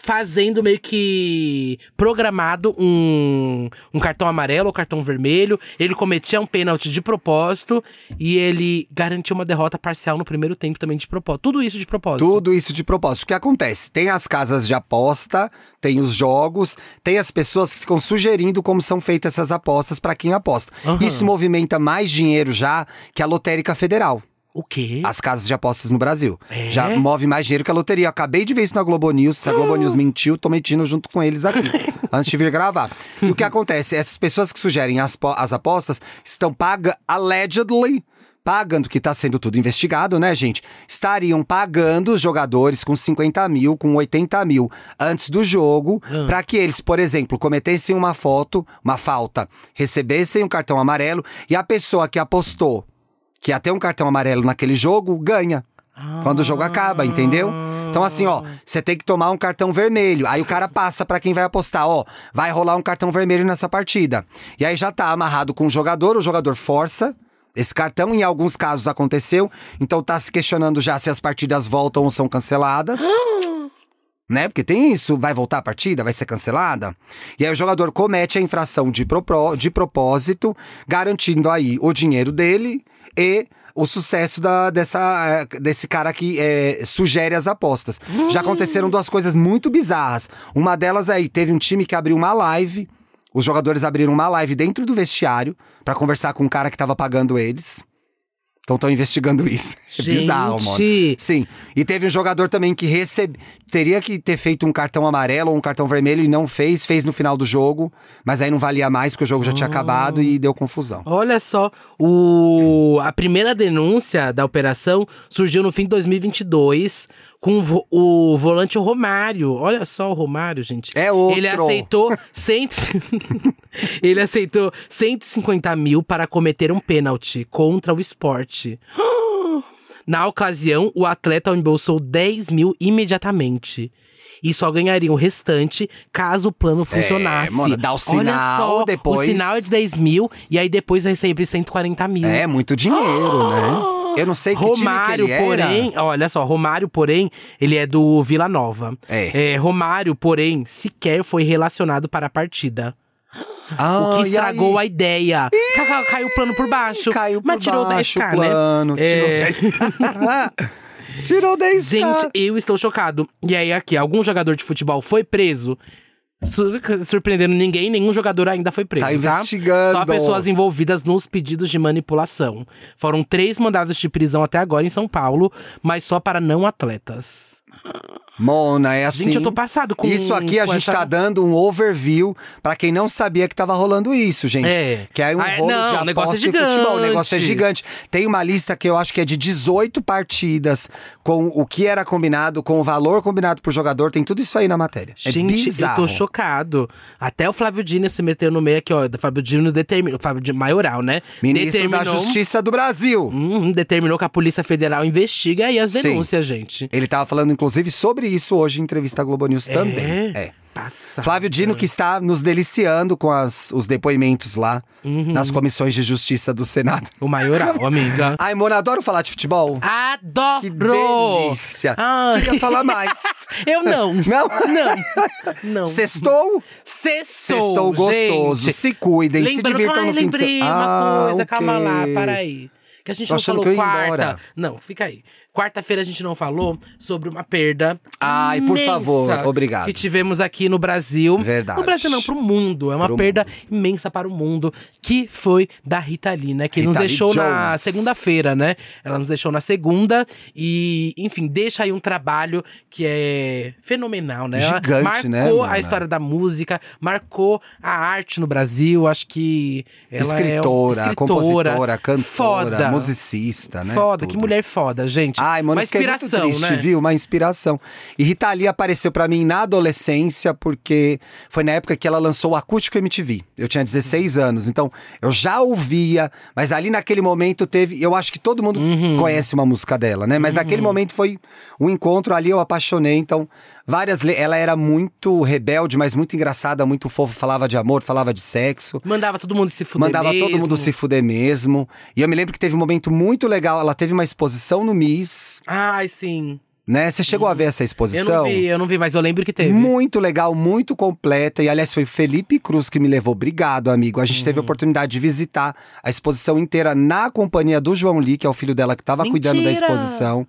fazendo meio que programado um, um cartão amarelo ou cartão vermelho. Ele cometia um pênalti de propósito e ele garantia uma derrota parcial no primeiro tempo também de propósito. Tudo isso de propósito.
Tudo isso de propósito. O que acontece? Tem as casas de aposta, tem os jogos, tem as pessoas que ficam sugerindo como são feitas essas apostas pra quem aposta.
Aham.
Isso movimenta mais dinheiro já que a lotérica federal.
O quê?
As casas de apostas no Brasil.
É?
Já move mais dinheiro que a loteria. Eu acabei de ver isso na Globo News. Se a Globo News mentiu, tô mentindo junto com eles aqui. antes de vir gravar. E o que acontece? Essas pessoas que sugerem as, po- as apostas estão paga allegedly. Pagando, que tá sendo tudo investigado, né, gente? Estariam pagando os jogadores com 50 mil, com 80 mil antes do jogo, pra que eles, por exemplo, cometessem uma foto, uma falta, recebessem um cartão amarelo e a pessoa que apostou que até um cartão amarelo naquele jogo ganha.
Ah,
Quando o jogo acaba, entendeu? Então assim, ó, você tem que tomar um cartão vermelho. Aí o cara passa pra quem vai apostar, ó, vai rolar um cartão vermelho nessa partida. E aí já tá amarrado com o jogador, o jogador força esse cartão em alguns casos aconteceu, então tá se questionando já se as partidas voltam ou são canceladas. Né? Porque tem isso, vai voltar a partida, vai ser cancelada. E aí o jogador comete a infração de, propró- de propósito, garantindo aí o dinheiro dele e o sucesso da, dessa, eh, desse cara que eh, sugere as apostas. Já aconteceram duas coisas muito bizarras. Uma delas aí, teve um time que abriu uma live. Os jogadores abriram uma live dentro do vestiário pra conversar com o cara que tava pagando eles. Então estão investigando isso. É
Gente!
bizarro, mano. Sim. E teve um jogador também que recebe teria que ter feito um cartão amarelo ou um cartão vermelho e não fez, fez no final do jogo, mas aí não valia mais porque o jogo já tinha acabado e deu confusão.
Olha só, o... a primeira denúncia da operação surgiu no fim de 2022 com o vo- o volante Romário. Olha só o Romário, gente.
É outro.
Ele aceitou, cento... Ele aceitou 150 mil para cometer um pênalti contra o esporte. Na ocasião, o atleta embolsou 10 mil imediatamente. E só ganharia o restante caso o plano funcionasse.
É, mano, dá o
Olha
sinal,
só, O
depois-
sinal é de 10 mil e aí depois recebe 140 mil.
É muito dinheiro, né? Eu não sei que
Romário,
time que ele era.
porém, olha só, Romário, porém, ele é do Vila Nova.
É.
Romário, porém, sequer foi relacionado para a partida.
Ah,
o que
e
estragou a
aí?
ideia. Ca- ca- Caiu o plano por baixo.
Caiu por
mas tirou
baixo
10k,
o plano,
né? É.
tirou 10. tirou 10
Gente, eu estou chocado. E aí, aqui, algum jogador de futebol foi preso? Sur- Surpreendendo ninguém, nenhum jogador ainda foi preso.
Tá investigando.
Só pessoas envolvidas nos pedidos de manipulação. Foram três mandados de prisão até agora em São Paulo, mas só para não atletas.
Mona, é assim.
Gente, eu tô passado com
Isso aqui a
com
gente
essa-
tá dando um overview pra quem não sabia que tava rolando isso, gente.
É.
Que aí um
Ah, é,
rolo
não,
de
o negócio é
aposta e futebol, o negócio é
gigante.
gigante. Tem uma lista que eu acho que é de 18 partidas com o que era combinado, com o valor combinado pro jogador, tem tudo isso aí na matéria. é
Gente,
bizarro.
eu tô chocado. Até o Flávio Dino se meteu no meio aqui, ó. O Flávio Dino determinou. O Flávio Dino maioral, né?
Ministro
determinou,
da Justiça do Brasil.
Hum, determinou que a Polícia Federal investigue aí as
Sim.
denúncias, gente.
Ele tava falando, inclusive, sobre isso hoje em entrevista à Globo News também.
É?
É.
Passa.
Flávio Dino, que está nos deliciando com as- os depoimentos lá
Uhum.
nas comissões de justiça do Senado.
O maioral, amiga.
Ai, Mona, adoro falar de futebol.
Adoro!
Que delícia.
Ah, Ai.
Queria falar mais.
Eu não.
Não?
Não. Não.
Sextou?
Sextou,
Sextou gostoso.
gente.
Se cuidem, se
Lembrando-
divirtam
Ai,
no fim de
lembrei
semana.
uma
Ah,
coisa, calma
ok.
lá, para aí. Que a gente
Tô
não
achando
falou
que eu ia
quarta.
embora.
Não, fica aí. Quarta-feira a gente não falou sobre uma perda.
Ai, por
imensa
favor, obrigado.
Que tivemos aqui no Brasil.
Verdade.
No Brasil não, pro mundo. É uma
Pro
perda imensa para o mundo, que foi da Rita Lee, né? Que nos
Rita Lee
deixou na
Jones.
segunda-feira, né? Ela nos deixou na segunda e, enfim, deixa aí um trabalho que é fenomenal, né? Ela
Gigante,
marcou
né,
a
mana?
história da música, marcou a arte no Brasil. Acho que ela
escritora,
é um-
compositora, cantora,
foda,
musicista, né?
Foda, que
Tudo.
mulher foda, gente.
Ai, mano,
uma
fiquei muito
inspiração,
triste,
né?
viu? Uma inspiração. E Rita Lee apareceu pra mim na adolescência, porque foi na época que ela lançou o Acústico MTV. Eu tinha 16
Uhum.
anos, então eu já ouvia, mas ali naquele momento teve. Eu acho que todo mundo
Uhum.
conhece uma música dela, né? Mas naquele momento foi um encontro ali, eu apaixonei, então. Várias le- Ela era muito rebelde, mas muito engraçada, muito fofa. Falava de amor, falava de sexo.
Mandava todo mundo se fuder
Mandava todo mundo
mesmo.
se fuder mesmo. E eu me lembro que teve um momento muito legal. Ela teve uma exposição no Miss,
Ai, sim.
né? Você chegou a ver essa
Eu não
exposição?
vi, eu não vi, mas eu lembro que teve.
Muito legal, muito completa. E aliás, foi Felipe Cruz que me levou. Obrigado, amigo. A gente
Uhum.
teve a oportunidade de visitar a exposição inteira na companhia do João Lee, que é o filho dela que estava cuidando da
Mentira!
exposição.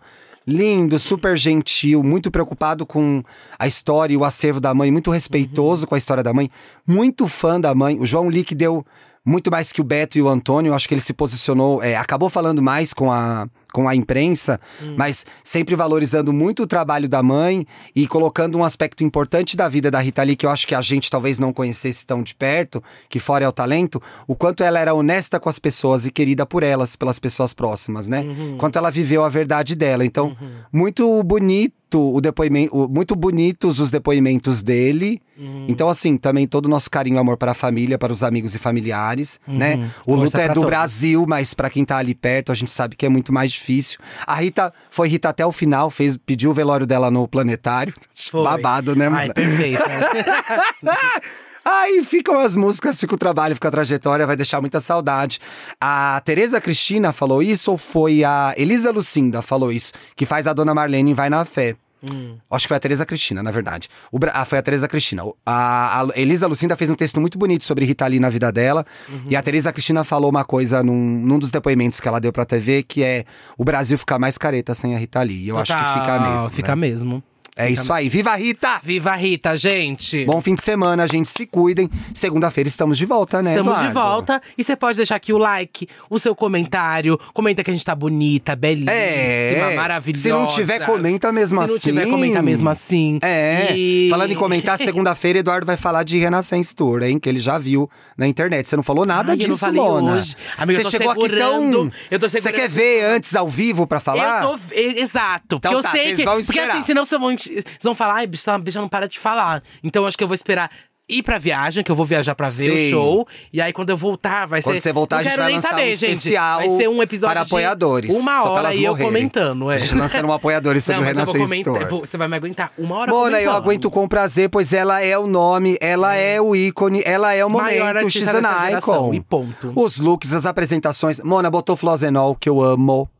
Lindo, super gentil, muito preocupado com a história e o acervo da mãe, muito respeitoso com a história da mãe, muito fã da mãe. O João Lee que deu muito mais que o Beto e o Antônio, acho que ele se posicionou, é, acabou falando mais com a, com a imprensa, mas sempre valorizando muito o trabalho da mãe e colocando um aspecto importante da vida da Rita Lee, que eu acho que a gente talvez não conhecesse tão de perto, que fora é o talento, o quanto ela era honesta com as pessoas e querida por elas, pelas pessoas próximas, né? Quanto ela viveu a verdade dela. Então,
Uhum.
muito bonito o depoimento, o- muito bonitos os depoimentos dele.
Uhum.
Então, assim, também todo o nosso carinho e amor para a família, para os amigos e familiares, né? O
Uhum. Força
luto é
pra
do
todos.
Brasil, mas para quem tá ali perto, a gente sabe que é muito mais difícil. A Rita foi Rita até o final, fez, pediu o velório dela no planetário.
Foi.
Babado, né,
Ai,
mano?
perfeito.
Aí ficam as músicas, fica o trabalho, fica a trajetória, vai deixar muita saudade. A Tereza Cristina falou isso ou foi a Elisa Lucinda falou isso, que faz a Dona Marlene em Vai na Fé.
Hum.
Acho que foi a Tereza Cristina, na verdade. O Bra- ah, foi a Tereza Cristina. O- A, a Elisa Lucinda fez um texto muito bonito sobre Rita Lee na vida dela.
Uhum.
E a Tereza Cristina falou uma coisa num, num dos depoimentos que ela deu pra TV, que é o Brasil ficar mais careta sem a Rita Lee. E eu acho que fica
Total,
mesmo.
Fica
né?
mesmo.
É isso aí. Viva a Rita!
Viva a Rita, gente!
Bom fim de semana, gente. Se cuidem. Segunda-feira estamos de volta, né?
Estamos de
Eduardo?
volta. E você pode deixar aqui o like, o seu comentário. Comenta que a gente tá bonita, belíssima,
É, é.
maravilhosa.
Se não tiver, comenta mesmo
Se não tiver,
assim.
comenta mesmo assim.
É.
E-
Falando em comentar, segunda-feira, Eduardo vai falar de Renascença Tour, hein? Que ele já viu na internet. Você não falou nada
Ai, eu não
disso,
falei
Mona.
hoje. Amiga, eu tô
Você chegou aqui tão.
segurando, eu tô
Você
segurando.
quer ver antes ao vivo pra falar?
Eu tô. e- Exato.
Então
porque eu
tá,
sei
vocês
que.
vão
Porque
esperar.
assim, senão vocês vão, vocês vão falar, ai, bicha, bicha não para de falar. Então eu acho que eu vou esperar. Ir pra viagem, que eu vou viajar pra ver
Sim.
o show. E aí, quando eu voltar, vai
Quando
ser.
você voltar,
não
a gente
quero
vai
nem
lançar
saber,
um
gente.
especial
Vai ser um episódio
para
de
apoiadores,
Uma
só pra
hora
elas
e eu
morrerem.
comentando, é.
A gente lança no Apoiadores sobre
não,
o
mas eu vou
Renascença
comentar.
Tour.
vou- Você vai me aguentar uma hora
Mona, eu
comentando.
aguento com prazer, pois ela é o nome, ela é o ícone, ela é o
Maior
momento.
artista
She's
dessa
an
geração,
icon.
e ponto.
Os looks, as apresentações. Mona botou Flozenol, que eu amo.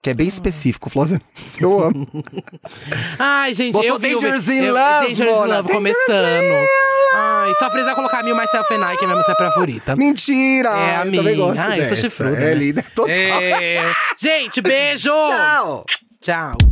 Que é bem específico, Flozenol. Eu amo.
Ai, gente,
Botou
eu vi o-
Dangerous in
eu-
Love,
Dangerous in
Mona,
Love,
Dangerous
começando. Ai, só precisa colocar Mil Myself and I, que é minha música favorita.
Mentira!
É,
Ah, eu também
amiga.
gosto
Ah, eu
dessa.
sou chifruda,
É
né?
linda. Total.
É... Gente, beijo!
Tchau!
Tchau.